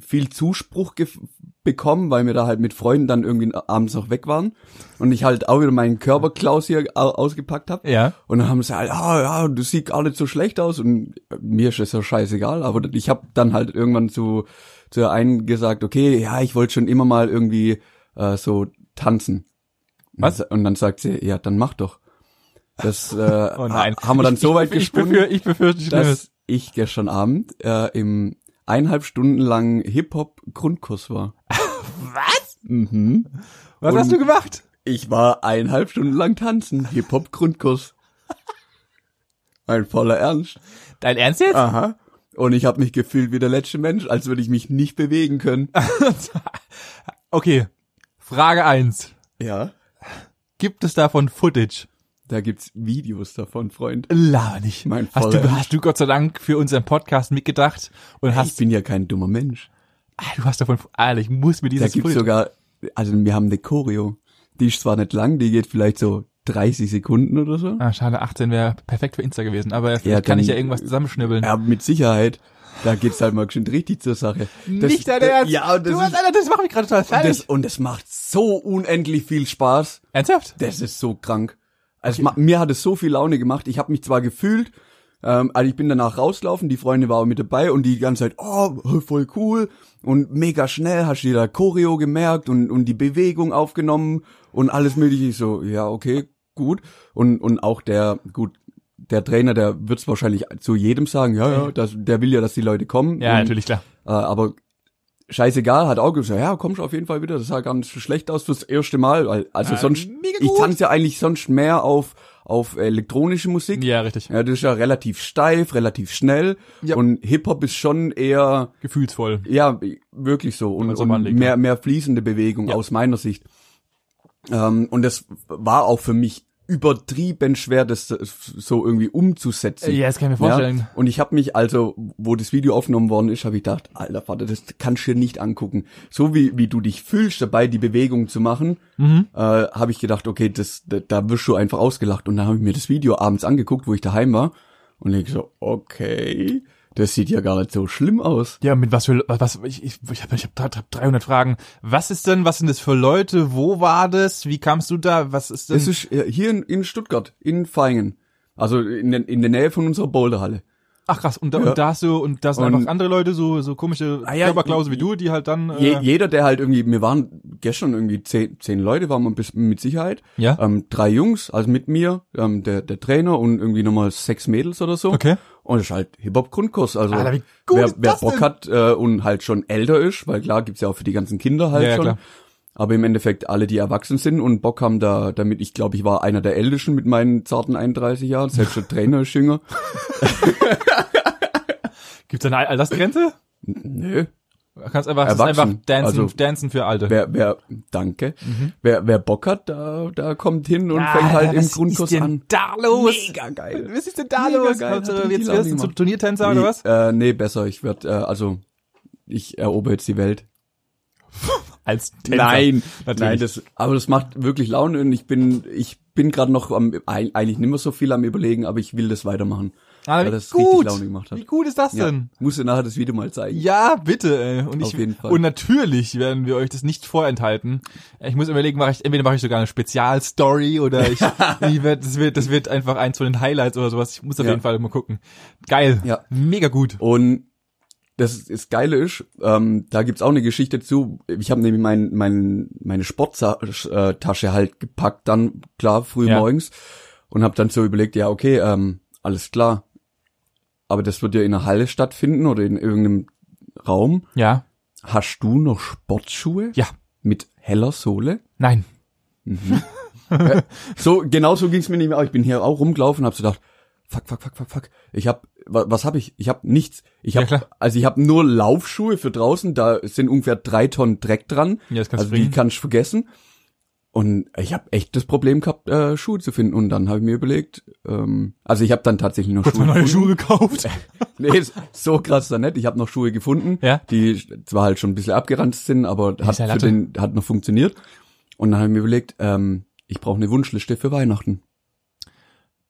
[SPEAKER 1] viel Zuspruch gef- bekommen, weil wir da halt mit Freunden dann irgendwie abends noch weg waren und ich halt auch wieder meinen Körperklaus hier au- ausgepackt habe.
[SPEAKER 2] Ja.
[SPEAKER 1] Und dann haben sie halt, ah ja, du siehst gar nicht so schlecht aus und äh, mir ist das ja scheißegal, aber ich habe dann halt irgendwann zu zu der einen gesagt, okay, ja, ich wollte schon immer mal irgendwie äh, so tanzen.
[SPEAKER 2] Was?
[SPEAKER 1] Und dann sagt sie, ja, dann mach doch. Das (laughs) äh,
[SPEAKER 2] Oh nein.
[SPEAKER 1] ha- haben wir dann
[SPEAKER 2] Ich-
[SPEAKER 1] so weit
[SPEAKER 2] ich, ich,
[SPEAKER 1] gesponnen,
[SPEAKER 2] befür, ich befürchte Schlimmes.
[SPEAKER 1] dass ich gestern Abend äh, im eineinhalb Stunden langen Hip-Hop-Grundkurs war.
[SPEAKER 2] Was?
[SPEAKER 1] Mhm.
[SPEAKER 2] Was hast
[SPEAKER 1] Und-
[SPEAKER 2] du gemacht?
[SPEAKER 1] Ich war eineinhalb Stunden lang tanzen, (laughs) Hip-Hop-Grundkurs. Ein voller Ernst.
[SPEAKER 2] Dein Ernst jetzt?
[SPEAKER 1] Aha. Und ich habe mich gefühlt wie der letzte Mensch, als würde ich mich nicht bewegen können.
[SPEAKER 2] Ah. Okay. Frage eins.
[SPEAKER 1] Ja.
[SPEAKER 2] Gibt es davon Footage?
[SPEAKER 1] Da gibt's Videos davon, Freund.
[SPEAKER 2] Laber nicht.
[SPEAKER 1] Mein
[SPEAKER 2] hast
[SPEAKER 1] voller
[SPEAKER 2] du,
[SPEAKER 1] Ernst.
[SPEAKER 2] hast du Gott sei Dank für unseren Podcast mitgedacht und
[SPEAKER 1] Ich
[SPEAKER 2] hast,
[SPEAKER 1] bin ja kein dummer Mensch.
[SPEAKER 2] ah, du hast davon, Alter, ich muss mir
[SPEAKER 1] Da
[SPEAKER 2] dieses
[SPEAKER 1] gibt's
[SPEAKER 2] Footage-
[SPEAKER 1] sogar, also wir haben eine Choreo. Die ist zwar nicht lang, die geht vielleicht so 30 Sekunden oder so.
[SPEAKER 2] Ah, schade, 18 wäre perfekt für Insta gewesen, aber vielleicht
[SPEAKER 1] Ja,
[SPEAKER 2] kann ich ja
[SPEAKER 1] dann-
[SPEAKER 2] irgendwas zusammenschnibbeln.
[SPEAKER 1] Ja, mit Sicherheit. Da geht's halt mal schön richtig zur Sache. Das-
[SPEAKER 2] Nicht dein
[SPEAKER 1] da-
[SPEAKER 2] Ernst!
[SPEAKER 1] Ja, und das,
[SPEAKER 2] du hast,
[SPEAKER 1] ist,
[SPEAKER 2] Alter, das macht mich gerade total
[SPEAKER 1] und
[SPEAKER 2] fertig.
[SPEAKER 1] das, und das macht so unendlich viel Spaß.
[SPEAKER 2] Ernsthaft?
[SPEAKER 1] Das ist so krank. Also ma- mir hat es so viel Laune gemacht. Ich habe mich zwar gefühlt, ähm, also ich bin danach rauslaufen, die Freunde waren mit dabei und die ganze Zeit, oh, voll cool und mega schnell, hast du dir da Choreo gemerkt und, und die Bewegung aufgenommen und alles mögliche. Ich so, ja, okay, gut. Und, und auch der, gut, der Trainer, der wird's wahrscheinlich zu jedem sagen, ja, ja, das, der will ja, dass die Leute kommen.
[SPEAKER 2] Ja,
[SPEAKER 1] und,
[SPEAKER 2] natürlich, klar.
[SPEAKER 1] Äh, aber scheißegal, hat auch gesagt, ja, kommst auf jeden Fall wieder, das sah gar nicht so schlecht aus fürs erste Mal, weil, also
[SPEAKER 2] Ah,
[SPEAKER 1] sonst,
[SPEAKER 2] mega
[SPEAKER 1] ich
[SPEAKER 2] gut.
[SPEAKER 1] tanze ja eigentlich sonst mehr auf, auf elektronische Musik.
[SPEAKER 2] Ja, richtig.
[SPEAKER 1] Ja, das ist ja relativ steif, relativ schnell
[SPEAKER 2] Ja.
[SPEAKER 1] und Hip-Hop ist schon eher,
[SPEAKER 2] Gefühlsvoll.
[SPEAKER 1] ja, wirklich so und,
[SPEAKER 2] man's
[SPEAKER 1] und
[SPEAKER 2] am Anlegen
[SPEAKER 1] mehr, mehr fließende Bewegung
[SPEAKER 2] Also Ja.
[SPEAKER 1] aus meiner Sicht. Ähm, und das war auch für mich übertrieben schwer, das so irgendwie umzusetzen.
[SPEAKER 2] Ja, das kann ich mir vorstellen.
[SPEAKER 1] Ja, und ich habe mich also, wo das Video aufgenommen worden ist, habe ich gedacht, alter Vater, das kannst du dir nicht angucken. So wie, wie du dich fühlst dabei, die Bewegung zu machen,
[SPEAKER 2] Mhm.
[SPEAKER 1] äh, habe ich gedacht, okay, das, da, da wirst du einfach ausgelacht. Und dann habe ich mir das Video abends angeguckt, wo ich daheim war. Und ich so, okay, das sieht ja gar nicht so schlimm aus.
[SPEAKER 2] Ja, mit was für was, was ich ich, ich habe ich hab, dra- hab 300 Fragen. Was ist denn, was sind das für Leute? Wo war das? Wie kamst du da? Was ist denn?
[SPEAKER 1] Das ist äh, hier in, in Stuttgart, in Feingen. Also in, der- in der Nähe von unserer Boulderhalle.
[SPEAKER 2] Ach krass, und da,
[SPEAKER 1] Ja.
[SPEAKER 2] und da hast du und da sind
[SPEAKER 1] Und-
[SPEAKER 2] einfach andere Leute so so komische
[SPEAKER 1] Ah ja,
[SPEAKER 2] Körperklause wie du, die halt dann äh,
[SPEAKER 1] Je, jeder, der halt irgendwie, wir waren gestern irgendwie zehn, zehn Leute, waren wir bis, mit Sicherheit.
[SPEAKER 2] Ja.
[SPEAKER 1] Ähm, drei Jungs, also mit mir, ähm, der, der Trainer und irgendwie nochmal sechs Mädels oder so.
[SPEAKER 2] Okay.
[SPEAKER 1] Und das ist halt Hip-Hop-Grundkurs. Also
[SPEAKER 2] Alter, wie gut
[SPEAKER 1] wer,
[SPEAKER 2] ist
[SPEAKER 1] wer
[SPEAKER 2] das
[SPEAKER 1] Bock
[SPEAKER 2] denn?
[SPEAKER 1] hat äh, und halt schon älter ist, weil klar gibt's ja auch für die ganzen Kinder halt
[SPEAKER 2] Ja, ja,
[SPEAKER 1] schon.
[SPEAKER 2] klar.
[SPEAKER 1] Aber im Endeffekt alle, die erwachsen sind und Bock haben da, damit ich glaube, ich war einer der Ältesten mit meinen zarten 31 Jahren, selbst der Trainer ist jünger. (laughs)
[SPEAKER 2] gibt's da eine Altersgrenze?
[SPEAKER 1] Nö,
[SPEAKER 2] Kannst einfach das ist
[SPEAKER 1] Erwachsen.
[SPEAKER 2] einfach dancen
[SPEAKER 1] Also-
[SPEAKER 2] dancen für Alte.
[SPEAKER 1] Wer, wer, danke.
[SPEAKER 2] Mhm.
[SPEAKER 1] Wer, wer Bock hat, da, da kommt hin
[SPEAKER 2] Ah,
[SPEAKER 1] und fängt halt im Grundkurs an.
[SPEAKER 2] da los?
[SPEAKER 1] Mega geil.
[SPEAKER 2] Was ist denn da
[SPEAKER 1] Mega
[SPEAKER 2] los? Also,
[SPEAKER 1] geil,
[SPEAKER 2] Kommst
[SPEAKER 1] hat
[SPEAKER 2] du
[SPEAKER 1] richtig
[SPEAKER 2] jetzt wirst
[SPEAKER 1] Laune
[SPEAKER 2] du zum
[SPEAKER 1] gemacht.
[SPEAKER 2] Turniertänzer oder was?
[SPEAKER 1] Äh, nee, besser. Ich werd, äh, also ich erober jetzt die Welt.
[SPEAKER 2] Als Tänzer. natürlich.
[SPEAKER 1] nein, das, aber das macht wirklich Laune und ich bin, ich bin gerade noch am, eig- eigentlich nicht mehr so viel am überlegen, aber ich will das weitermachen.
[SPEAKER 2] Ah,
[SPEAKER 1] weil
[SPEAKER 2] wie
[SPEAKER 1] das
[SPEAKER 2] gut.
[SPEAKER 1] richtig Laune gemacht hat.
[SPEAKER 2] Wie gut ist das
[SPEAKER 1] Ja,
[SPEAKER 2] denn?
[SPEAKER 1] musst du nachher das Video mal zeigen.
[SPEAKER 2] Ja, bitte. ey. Und ich,
[SPEAKER 1] Auf jeden Fall.
[SPEAKER 2] Und natürlich werden wir euch das nicht vorenthalten. Ich muss überlegen, mache ich, entweder mache ich sogar eine Spezialstory oder
[SPEAKER 1] (laughs)
[SPEAKER 2] ich, ich werd, das, wird, das wird einfach eins von den Highlights oder sowas. Ich muss auf
[SPEAKER 1] Ja.
[SPEAKER 2] jeden Fall mal gucken. Geil.
[SPEAKER 1] Ja.
[SPEAKER 2] Mega gut.
[SPEAKER 1] Und das, ist- das Geile ist, ähm, da gibt's auch eine Geschichte zu. Ich habe nämlich mein, mein, meine Sporttasche halt gepackt, dann klar, früh
[SPEAKER 2] Ja.
[SPEAKER 1] morgens. Und habe dann so überlegt, ja, okay, ähm, alles klar. Aber das wird ja in einer Halle stattfinden oder in irgendeinem Raum.
[SPEAKER 2] Ja.
[SPEAKER 1] Hast du noch Sportschuhe?
[SPEAKER 2] Ja.
[SPEAKER 1] Mit heller Sohle?
[SPEAKER 2] Nein.
[SPEAKER 1] So, genau so ging's mir nicht mehr. auch. Ich bin hier auch rumgelaufen und hab so gedacht, fuck, fuck, fuck, fuck, fuck. Ich hab, wa, was hab ich? Ich hab nichts. Ich
[SPEAKER 2] Ja,
[SPEAKER 1] hab,
[SPEAKER 2] klar.
[SPEAKER 1] also ich hab nur Laufschuhe für draußen, da sind ungefähr drei Tonnen Dreck dran.
[SPEAKER 2] Ja, das kannst
[SPEAKER 1] also
[SPEAKER 2] du
[SPEAKER 1] die
[SPEAKER 2] bringen.
[SPEAKER 1] kann ich vergessen. Und ich hab echt das Problem gehabt, äh, Schuhe zu finden. Und dann habe ich mir überlegt, ähm, also ich hab dann tatsächlich noch
[SPEAKER 2] Kurz mal
[SPEAKER 1] Schuhe
[SPEAKER 2] neue
[SPEAKER 1] gefunden.
[SPEAKER 2] Schuhe gekauft.
[SPEAKER 1] Nee, ist so krass da nicht. Ich habe noch Schuhe gefunden,
[SPEAKER 2] Ja.
[SPEAKER 1] die zwar halt schon ein bisschen abgeranzt sind, aber hat,
[SPEAKER 2] ist ja
[SPEAKER 1] für
[SPEAKER 2] Latte.
[SPEAKER 1] den, hat noch funktioniert. Und dann habe ich mir überlegt, ähm, ich brauche eine Wunschliste für Weihnachten.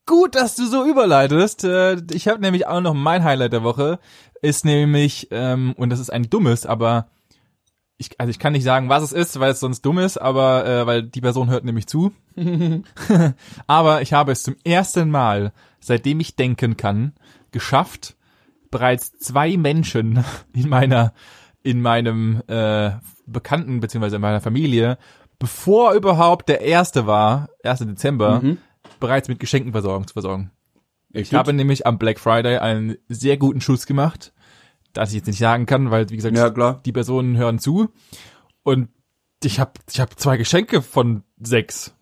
[SPEAKER 2] Gut, dass du so überleitest. Äh, Ich habe nämlich auch noch mein Highlight der Woche. Ist nämlich, ähm, und das ist ein dummes, aber ich, also ich kann nicht sagen, was es ist, weil es sonst dumm ist, aber äh, weil die Person hört nämlich zu. aber ich habe es zum ersten Mal, seitdem ich denken kann, geschafft, bereits zwei Menschen in meiner, in meinem äh, Bekannten beziehungsweise in meiner Familie, bevor überhaupt der erste war, 1. Dezember, bereits mit Geschenken versorgen, zu versorgen.
[SPEAKER 1] Echt?
[SPEAKER 2] Ich habe nämlich am Black Friday einen sehr guten Schuss gemacht, das ich jetzt nicht sagen kann, weil wie gesagt,
[SPEAKER 1] ja, klar.
[SPEAKER 2] die Personen hören zu und ich habe ich hab zwei Geschenke von sechs.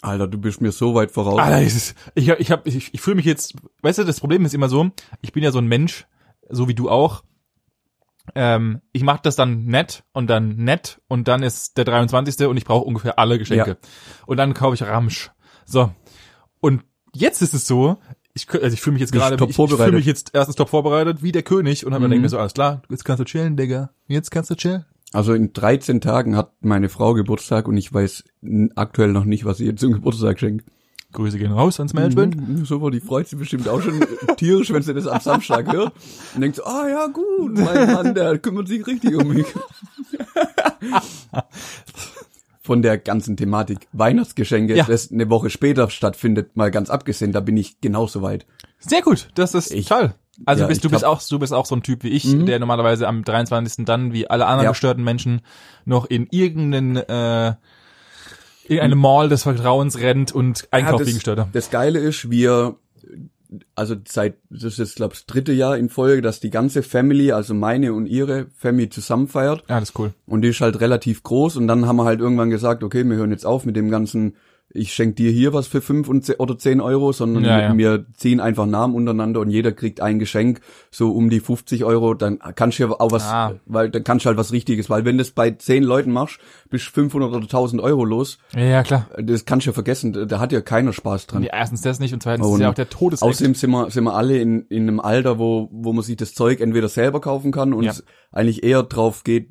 [SPEAKER 1] Alter, du bist mir so weit voraus.
[SPEAKER 2] Alter, es ist, ich hab, ich, hab, ich, ich fühle mich jetzt, weißt du, das Problem ist immer so, ich bin ja so ein Mensch, so wie du auch. Ähm, ich mache das dann nett und dann nett und dann ist der 23. und ich brauche ungefähr alle Geschenke. Und dann kaufe ich Ramsch. So. Und jetzt ist es so, ich, kö- also ich fühle mich jetzt
[SPEAKER 1] Bist
[SPEAKER 2] gerade,
[SPEAKER 1] top
[SPEAKER 2] ich, ich fühle
[SPEAKER 1] vorbereitet. Mhm.
[SPEAKER 2] mich jetzt erstens top vorbereitet, wie der König und dann denke ich mir so, alles klar, jetzt kannst du chillen, Digga. Jetzt kannst du chillen.
[SPEAKER 1] Also in 13 Tagen hat meine Frau Geburtstag und ich weiß n- aktuell noch nicht, was sie ihr zum Geburtstag schenkt.
[SPEAKER 2] Grüße gehen raus ans Management.
[SPEAKER 1] Mhm, So war die freut sich bestimmt auch schon (laughs) tierisch, wenn sie das am Samstag hört. Und denkt so, ah ja gut, mein Mann, der kümmert sich richtig um
[SPEAKER 2] (laughs)
[SPEAKER 1] mich. Von der ganzen Thematik Weihnachtsgeschenke,
[SPEAKER 2] Ja.
[SPEAKER 1] das eine Woche später stattfindet, mal ganz abgesehen, da bin ich genauso weit.
[SPEAKER 2] Sehr gut, das ist
[SPEAKER 1] Ich-
[SPEAKER 2] toll. Also
[SPEAKER 1] Ja,
[SPEAKER 2] bist,
[SPEAKER 1] ich
[SPEAKER 2] du bist
[SPEAKER 1] glaub- Mhm.
[SPEAKER 2] auch du bist auch so ein Typ wie ich, der normalerweise am 23. dann wie alle anderen
[SPEAKER 1] Ja.
[SPEAKER 2] gestörten Menschen noch in irgendeinen äh, in eine Mall des Vertrauens rennt und
[SPEAKER 1] Ja,
[SPEAKER 2] einkauft
[SPEAKER 1] das-
[SPEAKER 2] wegen Störter.
[SPEAKER 1] Das Geile ist, wir, also seit, das ist jetzt, glaube ich, das dritte Jahr in Folge, dass die ganze Family, also meine und ihre Family zusammen feiert.
[SPEAKER 2] Ja, das ist cool.
[SPEAKER 1] Und die ist halt relativ groß. Und dann haben wir halt irgendwann gesagt, okay, wir hören jetzt auf mit dem ganzen, ich schenk dir hier was für fünf und ze- oder zehn Euro, sondern
[SPEAKER 2] Ja, ja.
[SPEAKER 1] wir ziehen einfach Namen untereinander und jeder kriegt ein Geschenk, so um die 50 Euro, dann kannst du ja auch was,
[SPEAKER 2] Ah.
[SPEAKER 1] weil dann kannst du halt was Richtiges, weil wenn du das bei zehn Leuten machst, bist du 500 oder 1000 Euro los,
[SPEAKER 2] Ja, ja klar.
[SPEAKER 1] das kannst du ja vergessen, da- da hat ja keiner Spaß dran.
[SPEAKER 2] Ja, erstens das nicht und zweitens
[SPEAKER 1] Oh,
[SPEAKER 2] ist ja
[SPEAKER 1] ne.
[SPEAKER 2] auch der Todes.
[SPEAKER 1] Außerdem sind wir, sind wir alle in, in einem Alter, wo, wo man sich das Zeug entweder selber kaufen kann und
[SPEAKER 2] Ja.
[SPEAKER 1] es eigentlich eher drauf geht,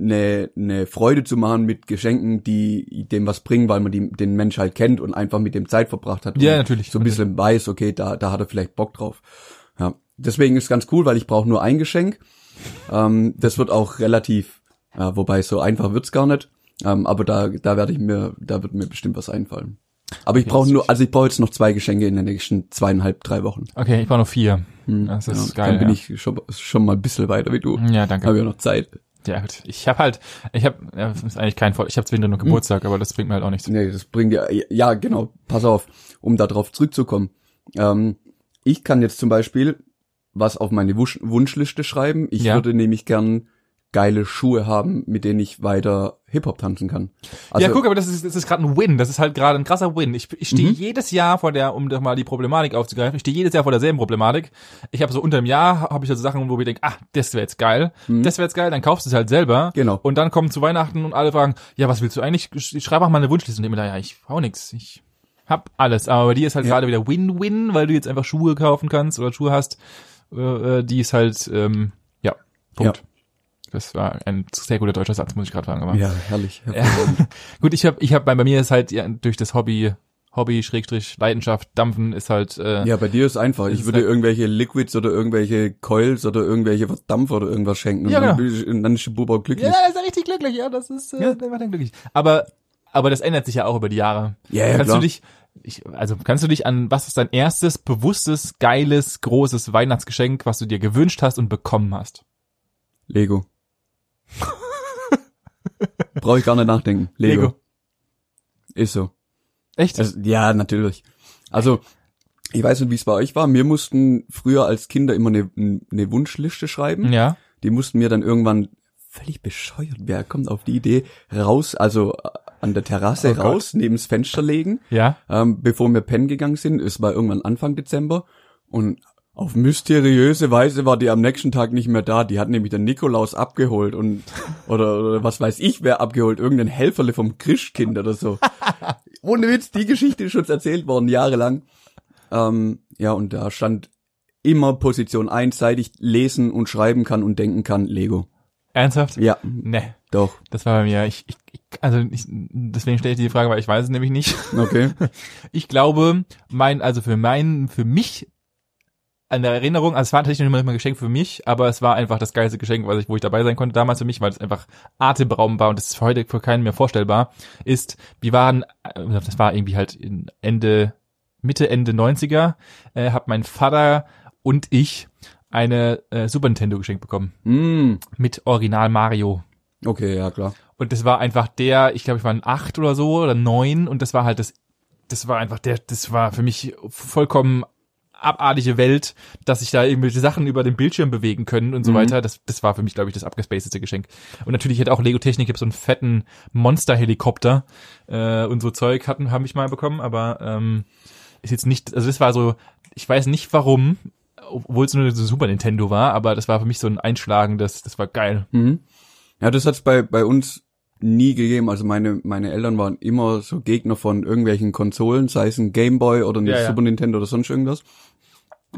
[SPEAKER 1] eine, eine Freude zu machen mit Geschenken, die dem was bringen, weil man die, den Mensch halt kennt und einfach mit dem Zeit verbracht hat. und
[SPEAKER 2] Ja, natürlich.
[SPEAKER 1] So ein bisschen weiß, okay, da, da hat er vielleicht Bock drauf. Ja. Deswegen ist ganz cool, weil ich brauche nur ein Geschenk. Ähm, das wird auch relativ, ja, wobei so einfach wird's gar nicht. Ähm, aber da, da werde ich mir, da wird mir bestimmt was einfallen. Aber ich brauche nur, also ich brauche jetzt noch zwei Geschenke in den nächsten zweieinhalb, drei Wochen.
[SPEAKER 2] Okay, ich brauche noch vier. Das ist geil.
[SPEAKER 1] Hm, Dann bin
[SPEAKER 2] ja. Mhm,
[SPEAKER 1] ich schon, schon mal ein bisschen weiter wie du.
[SPEAKER 2] Ja, danke.
[SPEAKER 1] Habe ja noch Zeit.
[SPEAKER 2] Ja, gut. Ich habe halt, ich habe, ja, das ist eigentlich kein Vor ich habe zwischendrin nur Geburtstag, aber das bringt mir halt auch nichts.
[SPEAKER 1] Nee, das bringt ja, ja genau, pass auf, um darauf zurückzukommen. Ähm, ich kann jetzt zum Beispiel was auf meine Wusch Wunschliste schreiben. Ich
[SPEAKER 2] Ja.
[SPEAKER 1] würde nämlich gern geile Schuhe haben, mit denen ich weiter Hip-Hop tanzen kann. Also,
[SPEAKER 2] ja, guck, aber das ist, das ist gerade ein Win. Das ist halt gerade ein krasser Win. Ich, ich
[SPEAKER 1] Mhm.
[SPEAKER 2] stehe jedes Jahr vor der, um doch mal die Problematik aufzugreifen, ich stehe jedes Jahr vor derselben Problematik. Ich habe so unter dem Jahr, habe ich also Sachen, wo ich denke, ah, das wäre jetzt geil, das wäre jetzt geil, dann kaufst du es halt selber.
[SPEAKER 1] Mhm. Genau.
[SPEAKER 2] Und dann kommen zu Weihnachten und alle fragen, ja, was willst du eigentlich? Sch- Schreib auch mal eine Wunschliste. Und ich mir da, ja, ich hau nix. Ich hab alles. Aber bei dir ist halt gerade wieder Win-Win, weil du jetzt einfach Schuhe kaufen kannst oder Schuhe hast, äh, äh, die ist halt, ähm, ja, Punkt.
[SPEAKER 1] Ja.
[SPEAKER 2] Das war ein sehr guter deutscher Satz, muss ich gerade sagen. Aber
[SPEAKER 1] Ja, herrlich. herrlich.
[SPEAKER 2] (laughs) Gut, ich habe, ich hab, bei bei mir ist halt ja, durch das Hobby, Hobby, Schrägstrich, Leidenschaft, Dampfen ist halt, äh,
[SPEAKER 1] Ja, bei dir ist einfach. Ich
[SPEAKER 2] Ist
[SPEAKER 1] würde
[SPEAKER 2] halt-
[SPEAKER 1] irgendwelche Liquids oder irgendwelche Coils oder irgendwelche Dampfer oder irgendwas schenken. Und
[SPEAKER 2] Ja,
[SPEAKER 1] dann,
[SPEAKER 2] genau.
[SPEAKER 1] bin ich, und dann ist die Bube auch glücklich.
[SPEAKER 2] ja da ist er richtig glücklich, ja, das ist, äh, der macht ihn glücklich. Aber, aber das ändert sich ja auch über die Jahre.
[SPEAKER 1] Ja, ja,
[SPEAKER 2] kannst
[SPEAKER 1] klar.
[SPEAKER 2] du dich, ich, also kannst du dich an, was ist dein erstes, bewusstes, geiles, großes Weihnachtsgeschenk, was du dir gewünscht hast und bekommen hast? (laughs)
[SPEAKER 1] Lego. Brauche ich gar nicht nachdenken. Lego. Ist so.
[SPEAKER 2] Echt?
[SPEAKER 1] Also, ja, natürlich. Also, ich weiß nicht, wie es bei euch war. Wir mussten früher als Kinder immer eine, eine Wunschliste schreiben.
[SPEAKER 2] Hm? ja.
[SPEAKER 1] Die mussten wir dann irgendwann völlig bescheuert, wer kommt auf die Idee, raus, also äh, an der Terrasse
[SPEAKER 2] Oh
[SPEAKER 1] raus, neben's Fenster legen,
[SPEAKER 2] Ja.
[SPEAKER 1] ähm, bevor wir pennen gegangen sind. Es war irgendwann Anfang Dezember und auf mysteriöse Weise war die am nächsten Tag nicht mehr da. Die hat nämlich der Nikolaus abgeholt und oder, oder was weiß ich wer abgeholt, irgendein Helferle vom Christkind oder so. Ohne Witz, die Geschichte ist uns erzählt worden, jahrelang. Ähm, ja, und da stand immer Position eins, seit ich lesen und schreiben kann und denken kann, Lego.
[SPEAKER 2] Ernsthaft?
[SPEAKER 1] Ja,
[SPEAKER 2] Nee,
[SPEAKER 1] doch.
[SPEAKER 2] das war bei mir. Ich, ich, ich also ich, deswegen stelle ich dir die Frage, weil ich weiß es nämlich nicht.
[SPEAKER 1] Okay.
[SPEAKER 2] Ich glaube, mein, also für mein, für mich an der Erinnerung, also es war tatsächlich nicht mal ein Geschenk für mich, aber es war einfach das geilste Geschenk, was ich, wo ich dabei sein konnte damals für mich, weil es einfach atemberaubend war und das ist für heute für keinen mehr vorstellbar, ist, wir waren, äh, das war irgendwie halt in Ende, Mitte, Ende 90er, äh, hat mein Vater und ich eine äh, Super Nintendo geschenkt bekommen
[SPEAKER 1] Mm,
[SPEAKER 2] mit Original Mario.
[SPEAKER 1] okay, ja klar.
[SPEAKER 2] Und das war einfach der, ich glaube, ich war ein acht oder so oder neun und das war halt das, das war einfach der, das war für mich vollkommen abartige Welt, dass sich da irgendwelche Sachen über den Bildschirm bewegen können und so
[SPEAKER 1] Mhm.
[SPEAKER 2] weiter. Das, das war für mich, glaube ich, das abgespacedste Geschenk. Und natürlich hat auch Lego Technik ich hab so einen fetten Monster-Helikopter äh, und so Zeug hatten, haben ich mal bekommen, aber ähm, ist jetzt nicht, also das war so, ich weiß nicht warum, obwohl es nur eine Super Nintendo war, aber das war für mich so ein einschlagendes, das war geil.
[SPEAKER 1] Mhm. Ja, das hat's bei, bei uns nie gegeben. Also meine, meine Eltern waren immer so Gegner von irgendwelchen Konsolen, sei es ein Gameboy oder eine
[SPEAKER 2] Ja, ja.
[SPEAKER 1] Super Nintendo oder sonst irgendwas.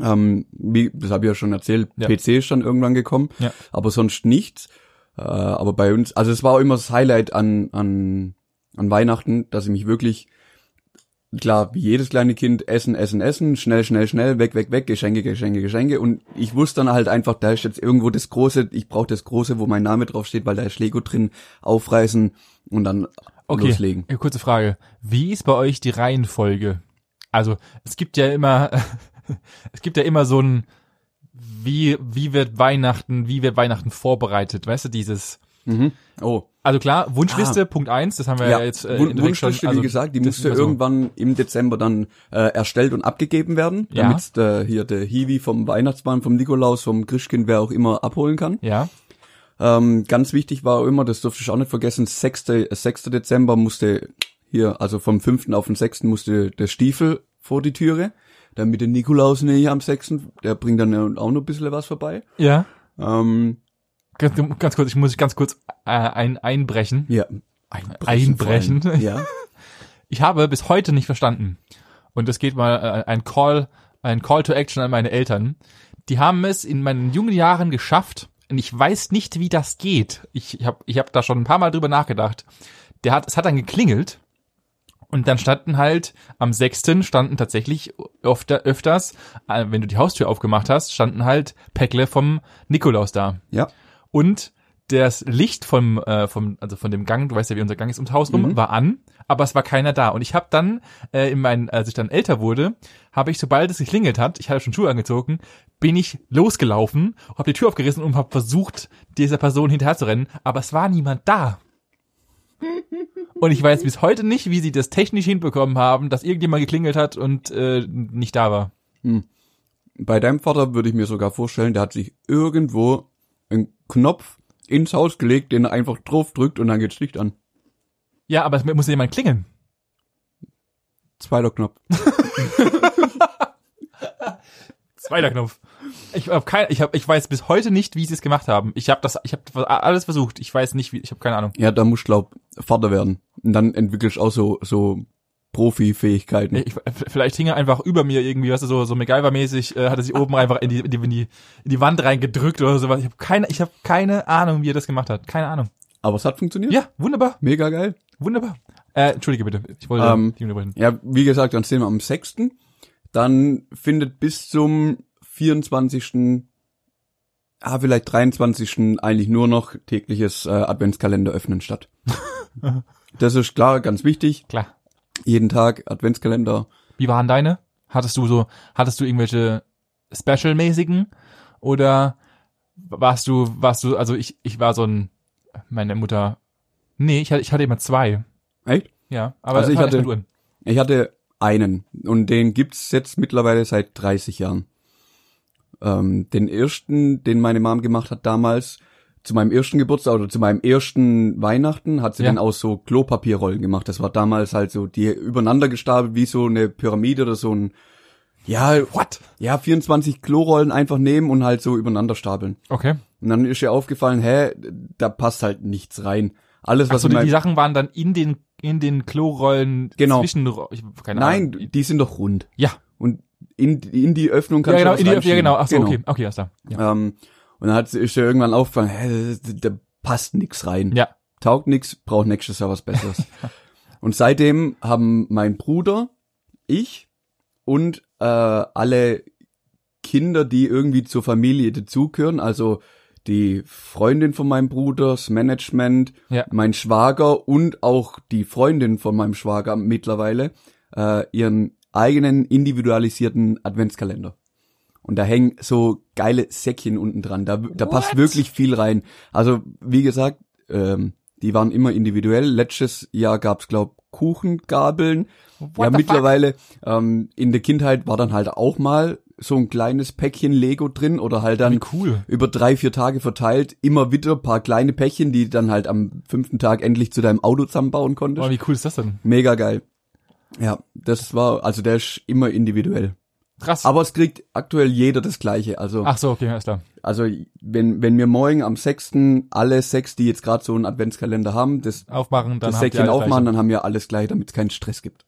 [SPEAKER 1] Ähm, wie, das habe ich ja schon erzählt,
[SPEAKER 2] Ja.
[SPEAKER 1] PC ist dann irgendwann gekommen,
[SPEAKER 2] Ja.
[SPEAKER 1] aber sonst nichts. Äh, aber bei uns, also es war auch immer das Highlight an, an, an Weihnachten, dass ich mich wirklich, klar, wie jedes kleine Kind, essen, essen, essen, schnell, schnell, schnell, weg, weg, weg, Geschenke, Geschenke, Geschenke. Und ich wusste dann halt einfach, da ist jetzt irgendwo das große, ich brauche das große, wo mein Name draufsteht, weil da ist Lego drin, aufreißen und dann
[SPEAKER 2] Okay,
[SPEAKER 1] loslegen.
[SPEAKER 2] äh, kurze Frage. Wie ist bei euch die Reihenfolge? Also, es gibt ja immer, (laughs) es gibt ja immer so ein, wie, wie wird Weihnachten, wie wird Weihnachten vorbereitet? Weißt du, dieses,
[SPEAKER 1] Mhm. Oh,
[SPEAKER 2] also klar, Wunschliste, Punkt eins, das haben wir ja,
[SPEAKER 1] Ah. ja,
[SPEAKER 2] jetzt äh,
[SPEAKER 1] Wun-
[SPEAKER 2] direkt schon,
[SPEAKER 1] Wunschliste,
[SPEAKER 2] also,
[SPEAKER 1] wie gesagt, die
[SPEAKER 2] das
[SPEAKER 1] musste
[SPEAKER 2] ist immer so.
[SPEAKER 1] irgendwann im Dezember dann äh, erstellt und abgegeben werden,
[SPEAKER 2] Ja.
[SPEAKER 1] damit äh, hier der Hiwi vom Weihnachtsmann, vom Nikolaus, vom Christkind, wer auch immer, abholen kann.
[SPEAKER 2] Ja,
[SPEAKER 1] Ähm, ganz wichtig war auch immer, das durfte ich auch nicht vergessen, 6. äh, 6. Dezember musste hier, also vom 5. auf den 6. musste der Stiefel vor die Türe, damit der Nikolaus nicht am 6., der bringt dann ja auch noch ein bisschen was vorbei.
[SPEAKER 2] ja.
[SPEAKER 1] Ähm,
[SPEAKER 2] Ganz, ganz kurz, ich muss ganz kurz äh, ein, einbrechen.
[SPEAKER 1] ja,
[SPEAKER 2] Einbrechen.
[SPEAKER 1] vor allem. Ja.
[SPEAKER 2] Ich habe bis heute nicht verstanden. Und es geht mal äh, ein Call, ein Call to Action an meine Eltern. Die haben es in meinen jungen Jahren geschafft. Und ich weiß nicht, wie das geht. Ich, ich habe ich hab da schon ein paar Mal drüber nachgedacht. Der hat, es hat dann geklingelt. Und dann standen halt, am 6. standen tatsächlich öfter, öfters, äh, wenn du die Haustür aufgemacht hast, standen halt Päckle vom Nikolaus da.
[SPEAKER 1] Ja.
[SPEAKER 2] Und das Licht vom, äh, vom, also von dem Gang, du weißt ja, wie unser Gang ist ums Haus rum, war an, aber es war keiner da. Und ich habe dann, äh, in meinen, als ich dann älter wurde, habe ich, sobald es geklingelt hat, ich hatte schon Schuhe angezogen, bin ich losgelaufen, habe die Tür aufgerissen und habe versucht, dieser Person hinterherzurennen, aber es war niemand da. Und ich weiß bis heute nicht, wie sie das technisch hinbekommen haben, dass irgendjemand geklingelt hat und äh, nicht da war.
[SPEAKER 1] Bei deinem Vater würde ich mir sogar vorstellen, der hat sich irgendwo einen Knopf ins Haus gelegt, den er einfach drauf drückt und dann geht's Licht an.
[SPEAKER 2] Ja, aber es muss ja jemand klingeln.
[SPEAKER 1] Zweiter Knopf.
[SPEAKER 2] Zweiter Knopf. Ich hab kein, ich hab, ich weiß bis heute nicht, wie sie es gemacht haben. Ich habe das, ich habe alles versucht. Ich weiß nicht, wie, ich habe keine Ahnung.
[SPEAKER 1] Ja, da musst du, glaub, Vater werden. Und dann entwickelst du auch so, so Profi-Fähigkeiten.
[SPEAKER 2] Ich, vielleicht hing er einfach über mir irgendwie, weißt du, so, so MacGyver-mäßig, äh, hat er sich oben einfach in die, in die, in die, in die Wand reingedrückt oder sowas. Ich habe keine, ich habe keine Ahnung, wie er das gemacht hat. Keine Ahnung.
[SPEAKER 1] Aber es hat funktioniert.
[SPEAKER 2] Ja, wunderbar,
[SPEAKER 1] Mega geil.
[SPEAKER 2] wunderbar. Äh, entschuldige bitte. Ich wollte
[SPEAKER 1] Ähm,
[SPEAKER 2] dich unterbrechen.
[SPEAKER 1] Ja, wie gesagt, dann sehen wir am 6. Dann findet bis zum 24. Ah, vielleicht 23. eigentlich nur noch tägliches äh, Adventskalender öffnen statt. das ist klar, ganz wichtig.
[SPEAKER 2] Klar.
[SPEAKER 1] Jeden Tag Adventskalender.
[SPEAKER 2] Wie waren deine? Hattest du so, hattest du irgendwelche Special-mäßigen? Oder warst du, warst du, also ich, ich war so ein, meine Mutter, nee, ich hatte, ich hatte immer zwei.
[SPEAKER 1] Echt?
[SPEAKER 2] Ja, aber
[SPEAKER 1] Also ich
[SPEAKER 2] fang
[SPEAKER 1] hatte-
[SPEAKER 2] erst mal du an.
[SPEAKER 1] Ich hatte einen und den gibt's jetzt mittlerweile seit 30 Jahren. Ähm, den ersten, den meine Mom gemacht hat damals, zu meinem ersten Geburtstag oder zu meinem ersten Weihnachten, hat sie
[SPEAKER 2] Ja.
[SPEAKER 1] den aus so Klopapierrollen gemacht. Das war damals halt so, die übereinander gestapelt wie so eine Pyramide oder so ein, ja,
[SPEAKER 2] What?
[SPEAKER 1] ja, 24 Klorollen einfach nehmen und halt so übereinander stapeln.
[SPEAKER 2] Okay.
[SPEAKER 1] Und dann ist ihr aufgefallen, hä, da passt halt nichts rein. Alles, was
[SPEAKER 2] Also
[SPEAKER 1] in
[SPEAKER 2] die,
[SPEAKER 1] meinem-
[SPEAKER 2] die Sachen waren dann in den, in den Klorollen
[SPEAKER 1] Genau.
[SPEAKER 2] zwischen, ich, keine Ahnung.
[SPEAKER 1] Nein, die sind doch rund.
[SPEAKER 2] Ja,
[SPEAKER 1] Und in, in die Öffnung
[SPEAKER 2] ja
[SPEAKER 1] kannst
[SPEAKER 2] genau,
[SPEAKER 1] du was
[SPEAKER 2] in die, ja
[SPEAKER 1] reinschieben.
[SPEAKER 2] genau, ach so, okay, okay, alles da. Ja.
[SPEAKER 1] Ähm, und dann hat sie ist ihr irgendwann aufgefallen, hä, da da passt nix rein.
[SPEAKER 2] ja.
[SPEAKER 1] Taugt nix, braucht nächstes Jahr was
[SPEAKER 2] (laughs)
[SPEAKER 1] Besseres. und seitdem haben mein Bruder, ich und äh, alle Kinder, die irgendwie zur Familie dazugehören, also die Freundin von meinem Bruder, das Management,
[SPEAKER 2] Ja.
[SPEAKER 1] mein Schwager und auch die Freundin von meinem Schwager mittlerweile, äh, ihren eigenen individualisierten Adventskalender. Und da hängen so geile Säckchen unten dran. Da, da passt
[SPEAKER 2] What?
[SPEAKER 1] wirklich viel rein. Also, wie gesagt, ähm, die waren immer individuell. Letztes Jahr gab's glaub, Kuchengabeln.
[SPEAKER 2] What
[SPEAKER 1] ja,
[SPEAKER 2] the fuck?
[SPEAKER 1] mittlerweile ähm, in der Kindheit war dann halt auch mal so ein kleines Päckchen Lego drin oder halt dann
[SPEAKER 2] Wie cool.
[SPEAKER 1] über drei, vier Tage verteilt, immer wieder ein paar kleine Päckchen, die dann halt am fünften Tag endlich zu deinem Auto zusammenbauen konntest.
[SPEAKER 2] Oh, wie cool ist das denn?
[SPEAKER 1] Mega geil. Ja, das war, also der ist immer individuell.
[SPEAKER 2] Krass.
[SPEAKER 1] Aber es kriegt aktuell jeder das Gleiche. Also,
[SPEAKER 2] ach so, okay, alles klar.
[SPEAKER 1] also wenn, wenn wir morgen am sechsten alle sechs, die jetzt gerade so einen Adventskalender haben, das,
[SPEAKER 2] Aufmachen, dann
[SPEAKER 1] das
[SPEAKER 2] habt ihr
[SPEAKER 1] Säckchen
[SPEAKER 2] alles
[SPEAKER 1] aufmachen, dann haben wir alles gleich, damit es keinen Stress gibt.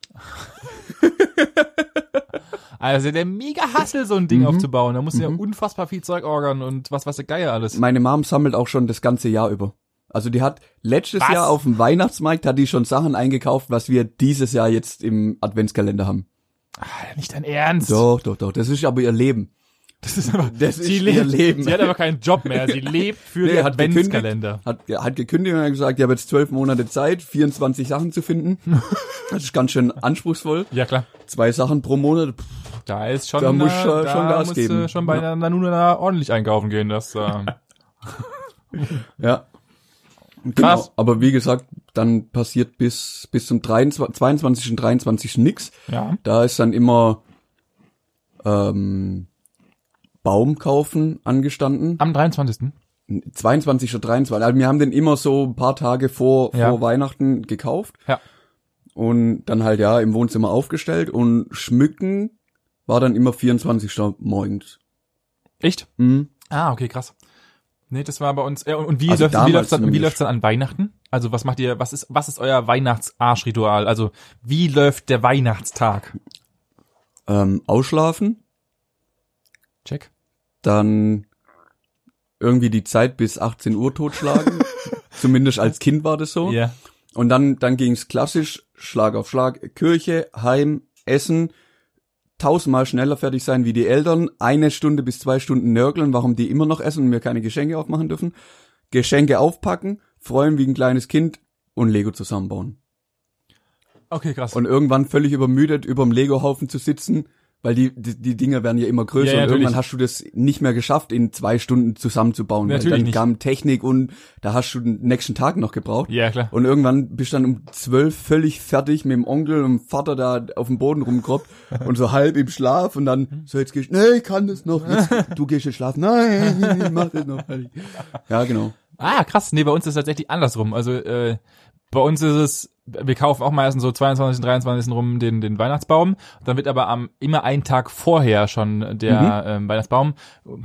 [SPEAKER 2] Also der mega Hassel, so ein Ding Mhm. aufzubauen. Da musst du ja unfassbar viel Zeug orgern und was weiß der Geier alles.
[SPEAKER 1] Meine Mom sammelt auch schon das ganze Jahr über. Also die hat letztes
[SPEAKER 2] Was?
[SPEAKER 1] Jahr auf dem Weihnachtsmarkt hat die schon Sachen eingekauft, was wir dieses Jahr jetzt im Adventskalender haben.
[SPEAKER 2] Alter, nicht dein Ernst.
[SPEAKER 1] Doch, doch, doch. Das ist aber ihr Leben.
[SPEAKER 2] Das ist aber,
[SPEAKER 1] Das ist
[SPEAKER 2] sie
[SPEAKER 1] ihr
[SPEAKER 2] lebt,
[SPEAKER 1] Leben.
[SPEAKER 2] Sie hat aber keinen Job mehr.
[SPEAKER 1] (laughs)
[SPEAKER 2] Sie lebt für den Adventskalender.
[SPEAKER 1] gekündigt, hat, ja, hat gekündigt und hat gesagt, ich habe jetzt zwölf Monate Zeit, 24 Sachen zu
[SPEAKER 2] (laughs)
[SPEAKER 1] finden. Das ist ganz schön anspruchsvoll.
[SPEAKER 2] Ja, klar.
[SPEAKER 1] Zwei Sachen pro Monat. Pff,
[SPEAKER 2] Da ist schon,
[SPEAKER 1] Da muss
[SPEAKER 2] äh,
[SPEAKER 1] schon- schon Gas
[SPEAKER 2] musst
[SPEAKER 1] geben.
[SPEAKER 2] du schon bei einer Nanuna ordentlich einkaufen gehen.
[SPEAKER 1] (laughs)
[SPEAKER 2] Das, äh,
[SPEAKER 1] Ja.
[SPEAKER 2] Krass.
[SPEAKER 1] Genau. Aber wie gesagt, dann passiert bis, bis zum 23, 22. und 23. nix.
[SPEAKER 2] ja.
[SPEAKER 1] Da ist dann immer ähm, Baum kaufen angestanden.
[SPEAKER 2] Am 23.
[SPEAKER 1] 22 oder 23. Also wir haben den immer so ein paar Tage vor,
[SPEAKER 2] Ja.
[SPEAKER 1] vor Weihnachten gekauft.
[SPEAKER 2] Ja.
[SPEAKER 1] Und dann halt ja im Wohnzimmer aufgestellt und schmücken war dann immer 24. morgens.
[SPEAKER 2] Echt?
[SPEAKER 1] Mhm.
[SPEAKER 2] Ah, okay, krass. Nee, das war bei uns. Äh, und und wie
[SPEAKER 1] Also
[SPEAKER 2] läuft wie
[SPEAKER 1] damals
[SPEAKER 2] läuft's dann, und wie
[SPEAKER 1] zumindest.
[SPEAKER 2] läuft's dann an Weihnachten? Also was macht ihr, was ist, was ist euer Weihnachtsarschritual? Also wie läuft der Weihnachtstag?
[SPEAKER 1] Ähm, ausschlafen,
[SPEAKER 2] Check.
[SPEAKER 1] dann irgendwie die Zeit bis 18 Uhr
[SPEAKER 2] (laughs)
[SPEAKER 1] totschlagen. Zumindest als Kind war das so.
[SPEAKER 2] Ja.
[SPEAKER 1] Und dann, dann ging's klassisch, Schlag auf Schlag, Kirche, Heim, Essen, tausendmal schneller fertig sein wie die Eltern, eine Stunde bis zwei Stunden nörgeln, warum die immer noch essen und mir keine Geschenke aufmachen dürfen, Geschenke aufpacken, freuen wie ein kleines Kind und Lego zusammenbauen.
[SPEAKER 2] Okay, krass.
[SPEAKER 1] Und irgendwann völlig übermüdet überm Lego-Haufen zu sitzen, weil die, die, die Dinger werden ja immer größer
[SPEAKER 2] Ja, ja,
[SPEAKER 1] und irgendwann
[SPEAKER 2] natürlich.
[SPEAKER 1] hast du das nicht mehr geschafft, in zwei Stunden zusammenzubauen. weil
[SPEAKER 2] Natürlich
[SPEAKER 1] dann
[SPEAKER 2] nicht.
[SPEAKER 1] kam Technik und da hast du den nächsten Tag noch gebraucht.
[SPEAKER 2] ja, klar.
[SPEAKER 1] Und irgendwann bist du dann um zwölf völlig fertig mit dem Onkel und dem Vater da auf dem Boden
[SPEAKER 2] (laughs)
[SPEAKER 1] rumkroppt und so halb im Schlaf und
[SPEAKER 2] Mhm.
[SPEAKER 1] dann so jetzt gehst nee, ich kann das noch, jetzt, du gehst jetzt schlafen, nein, ich mach das noch fertig. Ja, genau.
[SPEAKER 2] Ah, krass. Nee, bei uns ist es tatsächlich andersrum. Also äh, bei uns ist es, wir kaufen auch meistens so 22. 23. rum den, den Weihnachtsbaum. Dann wird aber am immer einen Tag vorher schon der ähm, Weihnachtsbaum.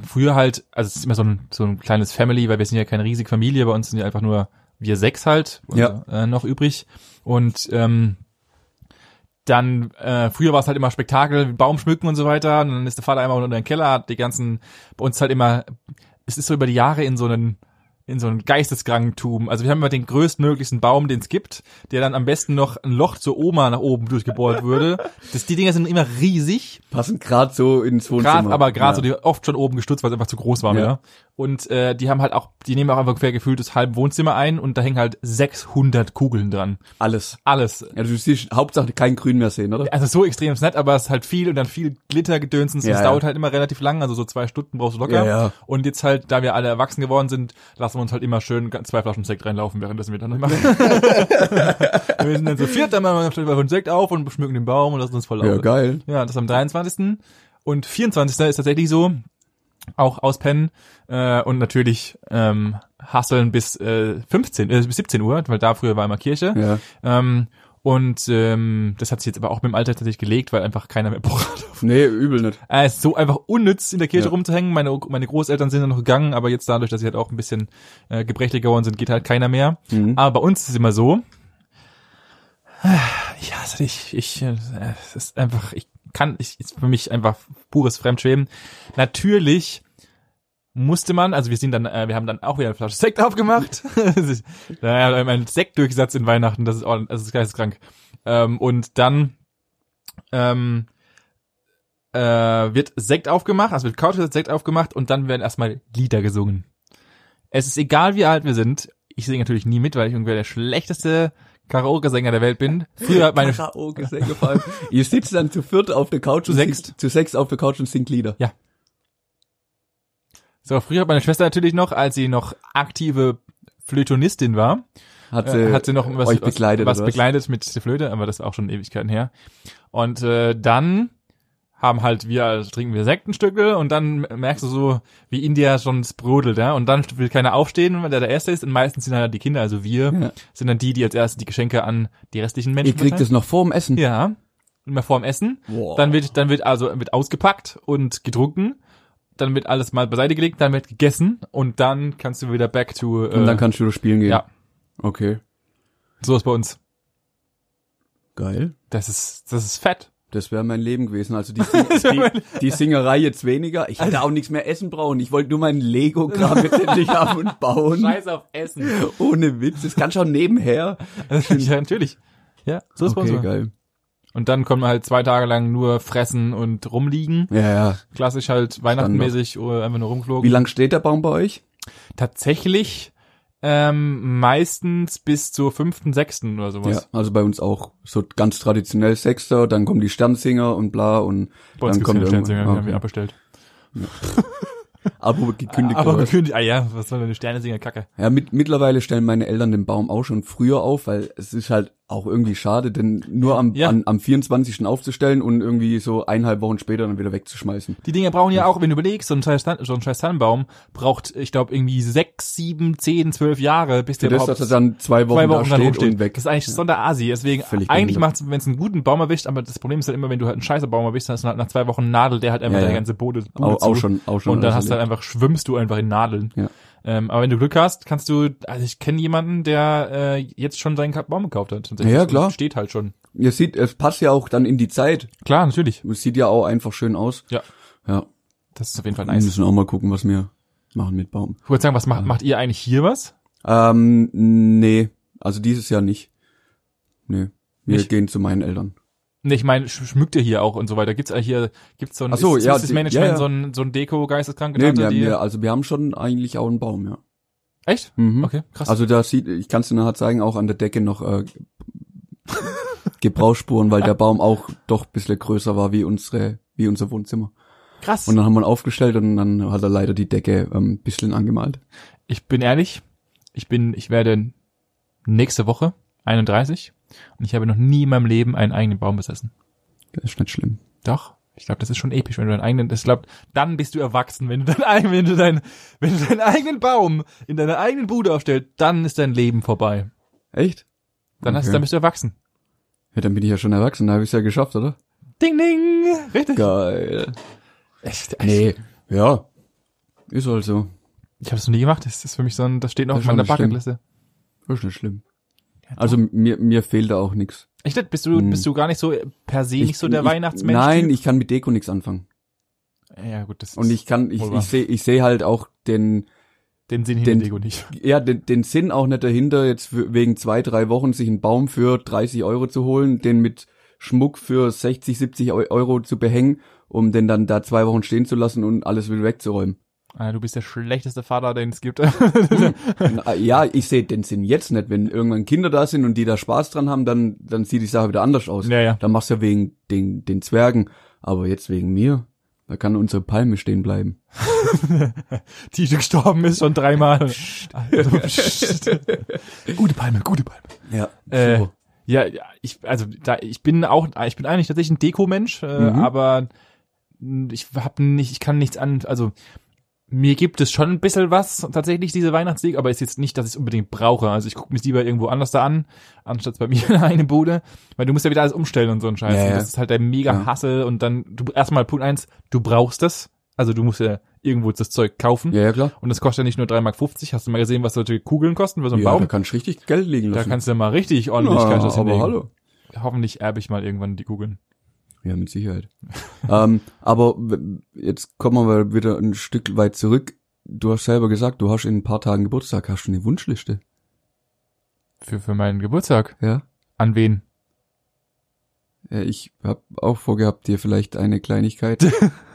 [SPEAKER 2] Früher halt, also es ist immer so ein, so ein kleines Family, weil wir sind ja keine riesige Familie. Bei uns sind ja einfach nur wir sechs halt
[SPEAKER 1] Ja.
[SPEAKER 2] äh, noch übrig. Und ähm, dann äh, früher war es halt immer Spektakel, Baum schmücken und so weiter. Und dann ist der Vater einmal unter den Keller, hat die ganzen bei uns halt immer. Es ist so über die Jahre in so einen in so einen Geisteskrankentum. Also wir haben immer den größtmöglichsten Baum, den es gibt, der dann am besten noch ein Loch zur Oma nach oben durchgebohrt würde. Das, die Dinger sind immer riesig,
[SPEAKER 1] Passen gerade so ins Wohnzimmer.
[SPEAKER 2] grad, aber gerade so,
[SPEAKER 1] ja.
[SPEAKER 2] die oft schon oben gestürzt, weil es einfach zu groß war.
[SPEAKER 1] Ja.
[SPEAKER 2] Ja. Und äh, die haben halt auch, die nehmen auch einfach ungefähr gefühlt das halbe Wohnzimmer ein und da hängen halt 600 Kugeln dran.
[SPEAKER 1] Alles.
[SPEAKER 2] Alles.
[SPEAKER 1] Ja, du siehst, Hauptsache kein Grün mehr sehen, oder?
[SPEAKER 2] Also so extrem ist nett, aber es ist halt viel und dann viel Glittergedönsens. und
[SPEAKER 1] Ja,
[SPEAKER 2] es
[SPEAKER 1] ja.
[SPEAKER 2] dauert halt immer relativ lang, also so zwei Stunden brauchst du
[SPEAKER 1] Ja,
[SPEAKER 2] locker.
[SPEAKER 1] ja.
[SPEAKER 2] Und jetzt halt, da wir alle erwachsen geworden sind, lassen wir uns halt immer schön zwei Flaschen Sekt reinlaufen, währenddessen wir dann
[SPEAKER 1] (laughs)
[SPEAKER 2] noch machen. wir sind dann so viert, dann machen wir vielleicht mal einen Sekt auf und schmücken den Baum und lassen uns voll
[SPEAKER 1] Ja,
[SPEAKER 2] laufen.
[SPEAKER 1] geil.
[SPEAKER 2] Ja, das am 23. Und 24. ist tatsächlich so, auch auspennen äh, und natürlich ähm, hasseln bis äh, 15, äh, bis 17 Uhr, weil da früher war immer Kirche.
[SPEAKER 1] Ja.
[SPEAKER 2] Ähm, und ähm, das hat sich jetzt aber auch mit dem Alter tatsächlich gelegt, weil einfach keiner mehr (laughs) braucht.
[SPEAKER 1] Nee, übel nicht.
[SPEAKER 2] Äh, es ist so einfach unnütz, in der Kirche
[SPEAKER 1] Ja.
[SPEAKER 2] rumzuhängen. Meine, meine Großeltern sind dann noch gegangen, aber jetzt dadurch, dass sie halt auch ein bisschen äh, gebrechlich geworden sind, geht halt keiner mehr.
[SPEAKER 1] Mhm.
[SPEAKER 2] Aber bei uns ist es immer so. (sighs) Ich hasse dich. Ich, äh, es ist einfach, ich kann, ich, ist für mich einfach pures Fremdschweben. Natürlich musste man, also wir sind dann, äh, wir haben dann auch wieder eine Flasche Sekt (laughs) aufgemacht. Das ist- naja, mein Sektdurchsatz in Weihnachten, das ist ordentlich, das ist geisteskrank. Ähm, und dann, ähm, äh, wird Sekt aufgemacht, also wird Couch Sekt aufgemacht und dann werden erstmal Lieder gesungen. Es ist egal, wie alt wir sind. Ich singe natürlich nie mit, weil ich irgendwie der schlechteste Karaoke-Sänger der Welt bin. Früher hat meine,
[SPEAKER 1] Karaoke sehr gefallen. Ihr sitzt dann zu viert auf der Couch
[SPEAKER 2] Zu
[SPEAKER 1] und
[SPEAKER 2] sechst.
[SPEAKER 1] singt- zu sechs auf der Couch und singt Lieder.
[SPEAKER 2] so früher hat meine Schwester natürlich noch, als sie noch aktive Flötonistin war,
[SPEAKER 1] Hat
[SPEAKER 2] äh,
[SPEAKER 1] sie,
[SPEAKER 2] hat sie noch was,
[SPEAKER 1] euch begleitet
[SPEAKER 2] was, was
[SPEAKER 1] oder
[SPEAKER 2] begleitet mit der Flöte, aber das war auch schon Ewigkeiten her. Und äh, dann haben halt wir, also trinken wir Sektenstücke und dann merkst du so, wie India schon es brodelt, ja. Und dann will keiner aufstehen, weil der der Erste ist. Und meistens sind dann halt die Kinder, also wir,
[SPEAKER 1] Ja.
[SPEAKER 2] sind dann die, die als Erste die Geschenke an die restlichen Menschen
[SPEAKER 1] Ihr kriegt Oh.
[SPEAKER 2] verteilen.
[SPEAKER 1] es noch vor dem Essen.
[SPEAKER 2] Ja, immer vorm Essen.
[SPEAKER 1] Wow.
[SPEAKER 2] Dann wird, dann wird also wird ausgepackt und getrunken. Dann wird alles mal beiseite gelegt, dann wird gegessen und dann kannst du wieder back to. Äh,
[SPEAKER 1] Und dann kannst du wieder spielen gehen.
[SPEAKER 2] ja,
[SPEAKER 1] Okay.
[SPEAKER 2] so ist bei uns.
[SPEAKER 1] Geil.
[SPEAKER 2] Das ist, das ist fett.
[SPEAKER 1] Das wäre mein Leben gewesen. Also
[SPEAKER 2] (laughs)
[SPEAKER 1] die, Sing- die, die Singerei jetzt weniger. Ich
[SPEAKER 2] Also
[SPEAKER 1] hätte auch nichts mehr essen brauchen. Ich wollte nur meinen Lego-Kram jetzt endlich haben und bauen.
[SPEAKER 3] Scheiß auf Essen.
[SPEAKER 1] Ohne Witz. Das kannst du auch nebenher.
[SPEAKER 2] (laughs) ja, natürlich. Ja, so ist
[SPEAKER 1] Okay,
[SPEAKER 2] Sponsor.
[SPEAKER 1] geil.
[SPEAKER 2] Und dann kommen halt zwei Tage lang nur fressen und rumliegen.
[SPEAKER 1] Ja, ja.
[SPEAKER 2] Klassisch halt weihnachtenmäßig oder einfach nur
[SPEAKER 1] Wie
[SPEAKER 2] rumgeflogen.
[SPEAKER 1] lang steht der Baum bei euch?
[SPEAKER 2] Tatsächlich ähm, meistens bis zur fünften, sechsten oder sowas.
[SPEAKER 1] Ja, also bei uns auch so ganz traditionell Sechster, dann kommen die Sternsinger und bla und
[SPEAKER 2] Bei
[SPEAKER 1] dann
[SPEAKER 2] uns gibt's
[SPEAKER 1] kommt
[SPEAKER 2] keine Sternsinger, wir haben
[SPEAKER 1] irgendwann.
[SPEAKER 2] ihn
[SPEAKER 1] Okay.
[SPEAKER 2] abbestellt.
[SPEAKER 1] Aber gekündigt.
[SPEAKER 2] Aber
[SPEAKER 1] oder?
[SPEAKER 2] gekündigt, ah ja, was soll denn eine Sternsinger-Kacke?
[SPEAKER 1] Ja, mit, mittlerweile stellen meine Eltern den Baum auch schon früher auf, weil es ist halt auch irgendwie schade, denn nur am,
[SPEAKER 2] Ja.
[SPEAKER 1] an, am 24. aufzustellen und irgendwie so eineinhalb Wochen später dann wieder wegzuschmeißen.
[SPEAKER 2] Die Dinger brauchen ja auch, wenn du überlegst, so ein scheiß, Tan- so ein scheiß Tannenbaum braucht, ich glaube, irgendwie sechs, sieben, zehn, zwölf Jahre, bis der
[SPEAKER 1] Für das,
[SPEAKER 2] überhaupt
[SPEAKER 1] dass er dann zwei Wochen,
[SPEAKER 2] zwei Wochen
[SPEAKER 1] da
[SPEAKER 2] dann
[SPEAKER 1] steht
[SPEAKER 2] rumsteht.
[SPEAKER 1] und weg.
[SPEAKER 2] Das ist eigentlich Sonderasi, deswegen
[SPEAKER 1] Völlig
[SPEAKER 2] eigentlich
[SPEAKER 1] behindert.
[SPEAKER 2] macht's, wenn es einen guten Baum erwischt, aber das Problem ist halt immer, wenn du halt einen scheiße Baum erwischt, dann hast du halt nach zwei Wochen Nadel, der halt einfach
[SPEAKER 1] Ja,
[SPEAKER 2] deine
[SPEAKER 1] ja.
[SPEAKER 2] ganze Bude, Bude
[SPEAKER 1] Auch, auch
[SPEAKER 2] zu.
[SPEAKER 1] schon, auch schon.
[SPEAKER 2] und dann
[SPEAKER 1] alles
[SPEAKER 2] hast du halt einfach, schwimmst du einfach in Nadeln.
[SPEAKER 1] Ja.
[SPEAKER 2] Ähm, aber wenn du Glück hast, kannst du, also ich kenne jemanden, der äh, jetzt schon seinen Ka- Baum gekauft hat. tatsächlich.
[SPEAKER 1] Ja,
[SPEAKER 2] Und
[SPEAKER 1] klar.
[SPEAKER 2] Steht halt schon.
[SPEAKER 1] erlebt. Ihr seht, es passt ja auch dann in die Zeit.
[SPEAKER 2] Klar, natürlich.
[SPEAKER 1] Es sieht ja auch einfach schön aus.
[SPEAKER 2] Ja.
[SPEAKER 1] Ja.
[SPEAKER 2] Das ist auf jeden Fall
[SPEAKER 1] Wir
[SPEAKER 2] nice.
[SPEAKER 1] müssen auch mal gucken, was wir machen mit Baum.
[SPEAKER 2] Ich wollte sagen, was macht, macht ihr eigentlich hier was?
[SPEAKER 1] Ähm, nee. Also dieses Jahr nicht. Nee. Wir
[SPEAKER 2] Nicht?
[SPEAKER 1] gehen zu meinen Eltern.
[SPEAKER 2] Nee, Ne, ich meine, sch- schmückt ihr hier auch und so weiter. Gibt's äh, hier, gibt's so ein,
[SPEAKER 1] Ach so,
[SPEAKER 2] ist,
[SPEAKER 1] ja,
[SPEAKER 2] ist das
[SPEAKER 1] die-
[SPEAKER 2] Management
[SPEAKER 1] ja, ja.
[SPEAKER 2] so ein, so ein Deko-geisteskranke
[SPEAKER 1] Nee,
[SPEAKER 2] Tante,
[SPEAKER 1] wir,
[SPEAKER 2] die-
[SPEAKER 1] wir, also wir haben schon eigentlich auch einen Baum, ja.
[SPEAKER 2] Echt?
[SPEAKER 1] Mhm.
[SPEAKER 2] Okay, krass.
[SPEAKER 1] Also da sieht, ich kann es dir nachher zeigen, auch an der Decke noch äh, Gebrauchsspuren, weil der Baum auch doch ein bisschen größer war wie unsere, wie unser Wohnzimmer.
[SPEAKER 2] krass.
[SPEAKER 1] Und dann haben wir ihn aufgestellt und dann hat er leider die Decke ähm, ein bisschen angemalt.
[SPEAKER 2] ich bin ehrlich, ich bin, ich werde nächste Woche 31 und ich habe noch nie in meinem Leben einen eigenen Baum besessen.
[SPEAKER 1] Das ist nicht schlimm.
[SPEAKER 2] Doch. Ich glaube, das ist schon episch, wenn du deinen eigenen, ich glaube, dann bist du erwachsen, wenn du (laughs) deinen eigenen, wenn du deinen, wenn du deinen eigenen Baum in deiner eigenen Bude aufstellst, dann ist dein Leben vorbei.
[SPEAKER 1] Echt?
[SPEAKER 2] Dann hast,
[SPEAKER 1] Okay.
[SPEAKER 2] dann bist du erwachsen.
[SPEAKER 1] Ja, dann bin ich ja schon erwachsen, da habe ich es ja geschafft, oder?
[SPEAKER 2] Ding, ding! Richtig.
[SPEAKER 1] Geil.
[SPEAKER 2] Echt, echt.
[SPEAKER 1] Nee, ja. Ist halt so.
[SPEAKER 2] Ich habe es noch nie gemacht. Das ist für mich so ein, das steht noch
[SPEAKER 1] Das
[SPEAKER 2] auf
[SPEAKER 1] ist
[SPEAKER 2] meiner
[SPEAKER 1] schon bestimmt.
[SPEAKER 2] Bucketliste.
[SPEAKER 1] Ist nicht schlimm. Also mir, mir fehlt da auch nichts.
[SPEAKER 2] Echt, bist du,
[SPEAKER 1] Hm.
[SPEAKER 2] bist du gar nicht so äh, per se nicht so der
[SPEAKER 1] ich,
[SPEAKER 2] Weihnachtsmensch?
[SPEAKER 1] Nein, ich kann mit Deko nichts anfangen.
[SPEAKER 2] Ja, gut, das
[SPEAKER 1] Und ich kann, ich,
[SPEAKER 2] Wohl
[SPEAKER 1] ich
[SPEAKER 2] wahr.
[SPEAKER 1] sehe ich seh halt auch den,
[SPEAKER 2] den Sinn
[SPEAKER 1] den-
[SPEAKER 2] hinter Deko nicht.
[SPEAKER 1] ja, den, den Sinn auch nicht dahinter, jetzt für, wegen zwei, drei Wochen sich einen Baum für 30 Euro zu holen, den mit Schmuck für 60, 70 Eu- Euro zu behängen, um den dann da zwei Wochen stehen zu lassen und alles wieder
[SPEAKER 2] (laughs)
[SPEAKER 1] wegzuräumen.
[SPEAKER 2] Ah, du bist der schlechteste Vater, den es gibt. (laughs)
[SPEAKER 1] Na, ja, ich sehe den Sinn jetzt nicht. Wenn irgendwann Kinder da sind und die da Spaß dran haben, dann, dann sieht die Sache wieder anders aus.
[SPEAKER 2] Ja, ja.
[SPEAKER 1] Dann machst du ja wegen den, den Zwergen, aber jetzt wegen mir. Da kann unsere Palme stehen bleiben.
[SPEAKER 2] die die gestorben ist schon dreimal. Also, pst. gute Palme, gute Palme.
[SPEAKER 1] Ja.
[SPEAKER 2] Äh,
[SPEAKER 1] so.
[SPEAKER 2] ja, ja, ich, also da, ich bin auch, ich bin eigentlich tatsächlich ein Deko-Mensch, äh,
[SPEAKER 1] Mhm.
[SPEAKER 2] aber ich hab nicht, ich kann nichts an, also mir gibt es schon ein bisschen was, tatsächlich diese Weihnachtsdeko, aber ist jetzt nicht, dass ich es unbedingt brauche. Also ich gucke mich lieber irgendwo anders da an, anstatt bei (laughs) mir in eine Bude, weil du musst ja wieder alles umstellen und so ein Scheiß.
[SPEAKER 1] Ja,
[SPEAKER 2] und
[SPEAKER 1] ja.
[SPEAKER 2] das ist halt der mega
[SPEAKER 1] Ja.
[SPEAKER 2] Hassel und dann, du erstmal Punkt eins, du brauchst das. Also du musst ja irgendwo das Zeug kaufen.
[SPEAKER 1] ja, ja, klar.
[SPEAKER 2] Und das kostet ja nicht nur 3,50 Mark. Hast du mal gesehen, was solche Kugeln kosten für so einen
[SPEAKER 1] ja, da
[SPEAKER 2] Baum?
[SPEAKER 1] kannst du richtig Geld liegen
[SPEAKER 2] Da
[SPEAKER 1] lassen.
[SPEAKER 2] kannst du ja mal richtig ordentlich
[SPEAKER 1] ja,
[SPEAKER 2] kannst du das
[SPEAKER 1] aber
[SPEAKER 2] hinlegen.
[SPEAKER 1] hallo.
[SPEAKER 2] Hoffentlich erbe ich mal irgendwann die Kugeln.
[SPEAKER 1] Ja, mit Sicherheit. (laughs) ähm, aber w- jetzt kommen wir mal wieder ein Stück weit zurück. Du hast selber gesagt, du hast in ein paar Tagen Geburtstag, hast du eine Wunschliste,
[SPEAKER 2] Für, für meinen Geburtstag.
[SPEAKER 1] ja?
[SPEAKER 2] An wen?
[SPEAKER 1] Äh, Ich habe auch vorgehabt, dir vielleicht eine
[SPEAKER 2] (laughs)
[SPEAKER 1] Kleinigkeit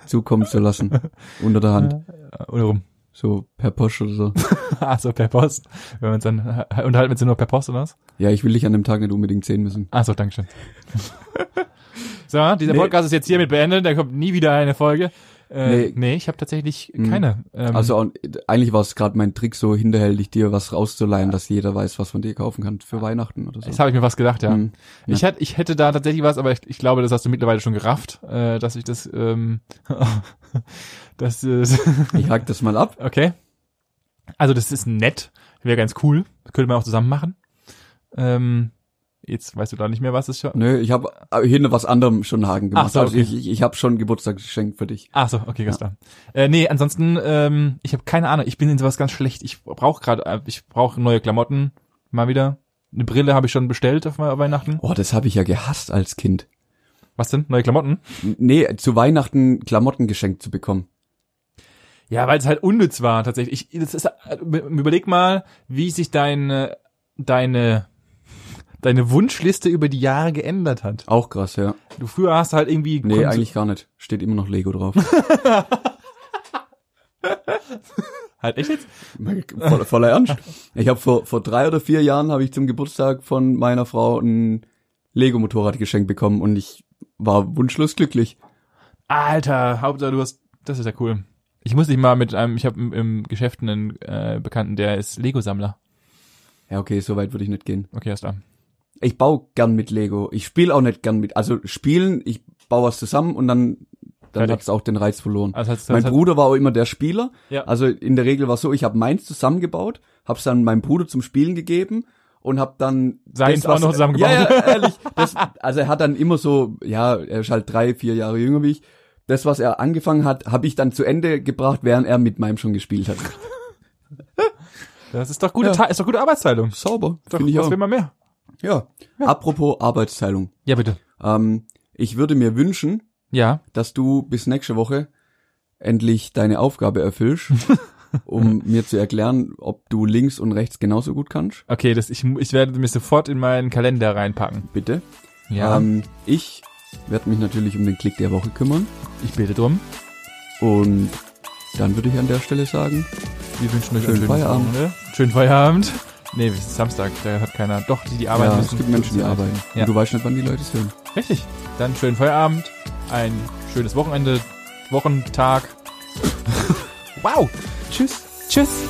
[SPEAKER 1] zukommen zu lassen unter der Hand,
[SPEAKER 2] Äh, Oder (laughs) rum.
[SPEAKER 1] so per Post oder so.
[SPEAKER 2] Achso, per Post. Wenn wir uns dann äh, unterhalten, wir uns nur per Post oder was?
[SPEAKER 1] Ja, ich will dich an dem Tag nicht unbedingt sehen müssen.
[SPEAKER 2] Achso, (laughs) Dankeschön. so, dieser
[SPEAKER 1] Nee.
[SPEAKER 2] Podcast ist jetzt hiermit beendet. Da kommt nie wieder eine Folge. Äh, nee.
[SPEAKER 1] Nee.
[SPEAKER 2] ich habe tatsächlich
[SPEAKER 1] Mhm.
[SPEAKER 2] keine. Ähm,
[SPEAKER 1] Also auch- eigentlich war es gerade mein Trick, so hinterhältig dir was rauszuleihen, dass jeder weiß, was man dir kaufen kann für Weihnachten oder so.
[SPEAKER 2] das habe ich mir was gedacht, Hm, ja.
[SPEAKER 1] Mhm.
[SPEAKER 2] Ich, hätte, ich hätte da tatsächlich was, aber ich, ich glaube, das hast du mittlerweile schon gerafft, äh, dass ich das, ähm, (laughs) äh, das ist,
[SPEAKER 1] Ich hack das mal ab.
[SPEAKER 2] okay. Also das ist nett, wäre ganz cool, könnte man auch zusammen machen. Ähm, jetzt weißt du da nicht mehr, was es schon.
[SPEAKER 1] Nö, ich habe hinter was anderem schon Haken gemacht.
[SPEAKER 2] Ach so,
[SPEAKER 1] also
[SPEAKER 2] okay.
[SPEAKER 1] ich, ich, ich habe schon Geburtstagsgeschenk für dich.
[SPEAKER 2] Ach so, okay, ganz klar. Äh, nee, ansonsten, ähm, ich habe keine Ahnung, ich bin in sowas ganz schlecht. Ich brauche gerade, äh, ich brauche neue Klamotten, mal wieder. Eine Brille habe ich schon bestellt auf Weihnachten.
[SPEAKER 1] Oh, das habe ich ja gehasst als Kind.
[SPEAKER 2] Was denn? Neue Klamotten?
[SPEAKER 1] Nee, zu Weihnachten Klamotten geschenkt zu bekommen.
[SPEAKER 2] Ja, weil es halt unnütz war tatsächlich. Ich, das ist, äh, überleg mal, wie sich deine deine deine Wunschliste über die Jahre geändert hat.
[SPEAKER 1] Auch krass, ja.
[SPEAKER 2] Du früher hast halt irgendwie
[SPEAKER 1] Nee,
[SPEAKER 2] Konsum-
[SPEAKER 1] eigentlich gar nicht. Steht immer noch Lego drauf. (laughs)
[SPEAKER 2] halt echt jetzt.
[SPEAKER 1] Voller, voller Ernst. Ich habe vor, vor drei oder vier Jahren habe ich zum Geburtstag von meiner Frau ein Lego-Motorrad geschenkt bekommen und ich war wunschlos glücklich.
[SPEAKER 2] Alter, Hauptsache du hast das ist ja cool. Ich muss dich mal mit einem ich habe im, im Geschäft einen äh, Bekannten, der ist Lego Sammler.
[SPEAKER 1] Ja, okay, so weit würde ich nicht gehen.
[SPEAKER 2] Okay, alles klar.
[SPEAKER 1] Ich baue gern mit Lego. Ich spiele auch nicht gern mit. Also spielen, ich baue was zusammen und dann, dann
[SPEAKER 2] Fertig.
[SPEAKER 1] hat's auch den Reiz verloren.
[SPEAKER 2] Also das, das
[SPEAKER 1] mein
[SPEAKER 2] hat-
[SPEAKER 1] Bruder war auch immer der Spieler.
[SPEAKER 2] Ja.
[SPEAKER 1] Also in der Regel war es so, ich habe meins zusammengebaut, hab's dann meinem Bruder zum Spielen gegeben und hab dann
[SPEAKER 2] Seins auch
[SPEAKER 1] was-
[SPEAKER 2] noch zusammengebaut.
[SPEAKER 1] Ja, ja ehrlich. Das, also er hat dann immer so, ja, er ist halt drei, vier Jahre jünger wie ich. Das, was er angefangen hat, habe ich dann zu Ende gebracht, während er mit meinem schon gespielt
[SPEAKER 2] (laughs)
[SPEAKER 1] hat.
[SPEAKER 2] das ist doch gute
[SPEAKER 1] Ja.
[SPEAKER 2] Te- ist doch gute Arbeitsteilung. Ist
[SPEAKER 1] Sauber,
[SPEAKER 2] Doch,
[SPEAKER 1] finde ich
[SPEAKER 2] was
[SPEAKER 1] auch.
[SPEAKER 2] will man mehr?
[SPEAKER 1] Ja. Apropos Arbeitsteilung.
[SPEAKER 2] Ja, bitte.
[SPEAKER 1] Ähm, ich würde mir wünschen,
[SPEAKER 2] Ja.
[SPEAKER 1] dass du bis nächste Woche endlich deine Aufgabe
[SPEAKER 2] (laughs)
[SPEAKER 1] erfüllst, um mir zu erklären, ob du links und rechts genauso gut kannst.
[SPEAKER 2] Okay, das, ich, mu- ich werde mir sofort in meinen Kalender reinpacken.
[SPEAKER 1] Bitte.
[SPEAKER 2] Ja,
[SPEAKER 1] Ähm, ich werde mich natürlich um den Klick der Woche kümmern.
[SPEAKER 2] ich bete drum.
[SPEAKER 1] Und dann würde ich an der Stelle sagen,
[SPEAKER 2] Wir wünschen euch
[SPEAKER 1] Schönen
[SPEAKER 2] einen schönen
[SPEAKER 1] Feierabend.
[SPEAKER 2] Wochenende. Schönen Feierabend. Nee, es ist Samstag, da hat keiner. Doch, die, die arbeiten
[SPEAKER 1] ja, es
[SPEAKER 2] müssen.
[SPEAKER 1] gibt Menschen, die arbeiten.
[SPEAKER 2] Ja.
[SPEAKER 1] Und du weißt nicht, wann die Leute es hören.
[SPEAKER 2] Richtig. Dann schönen Feierabend, ein schönes Wochenende, Wochentag. wow. Tschüss. Tschüss.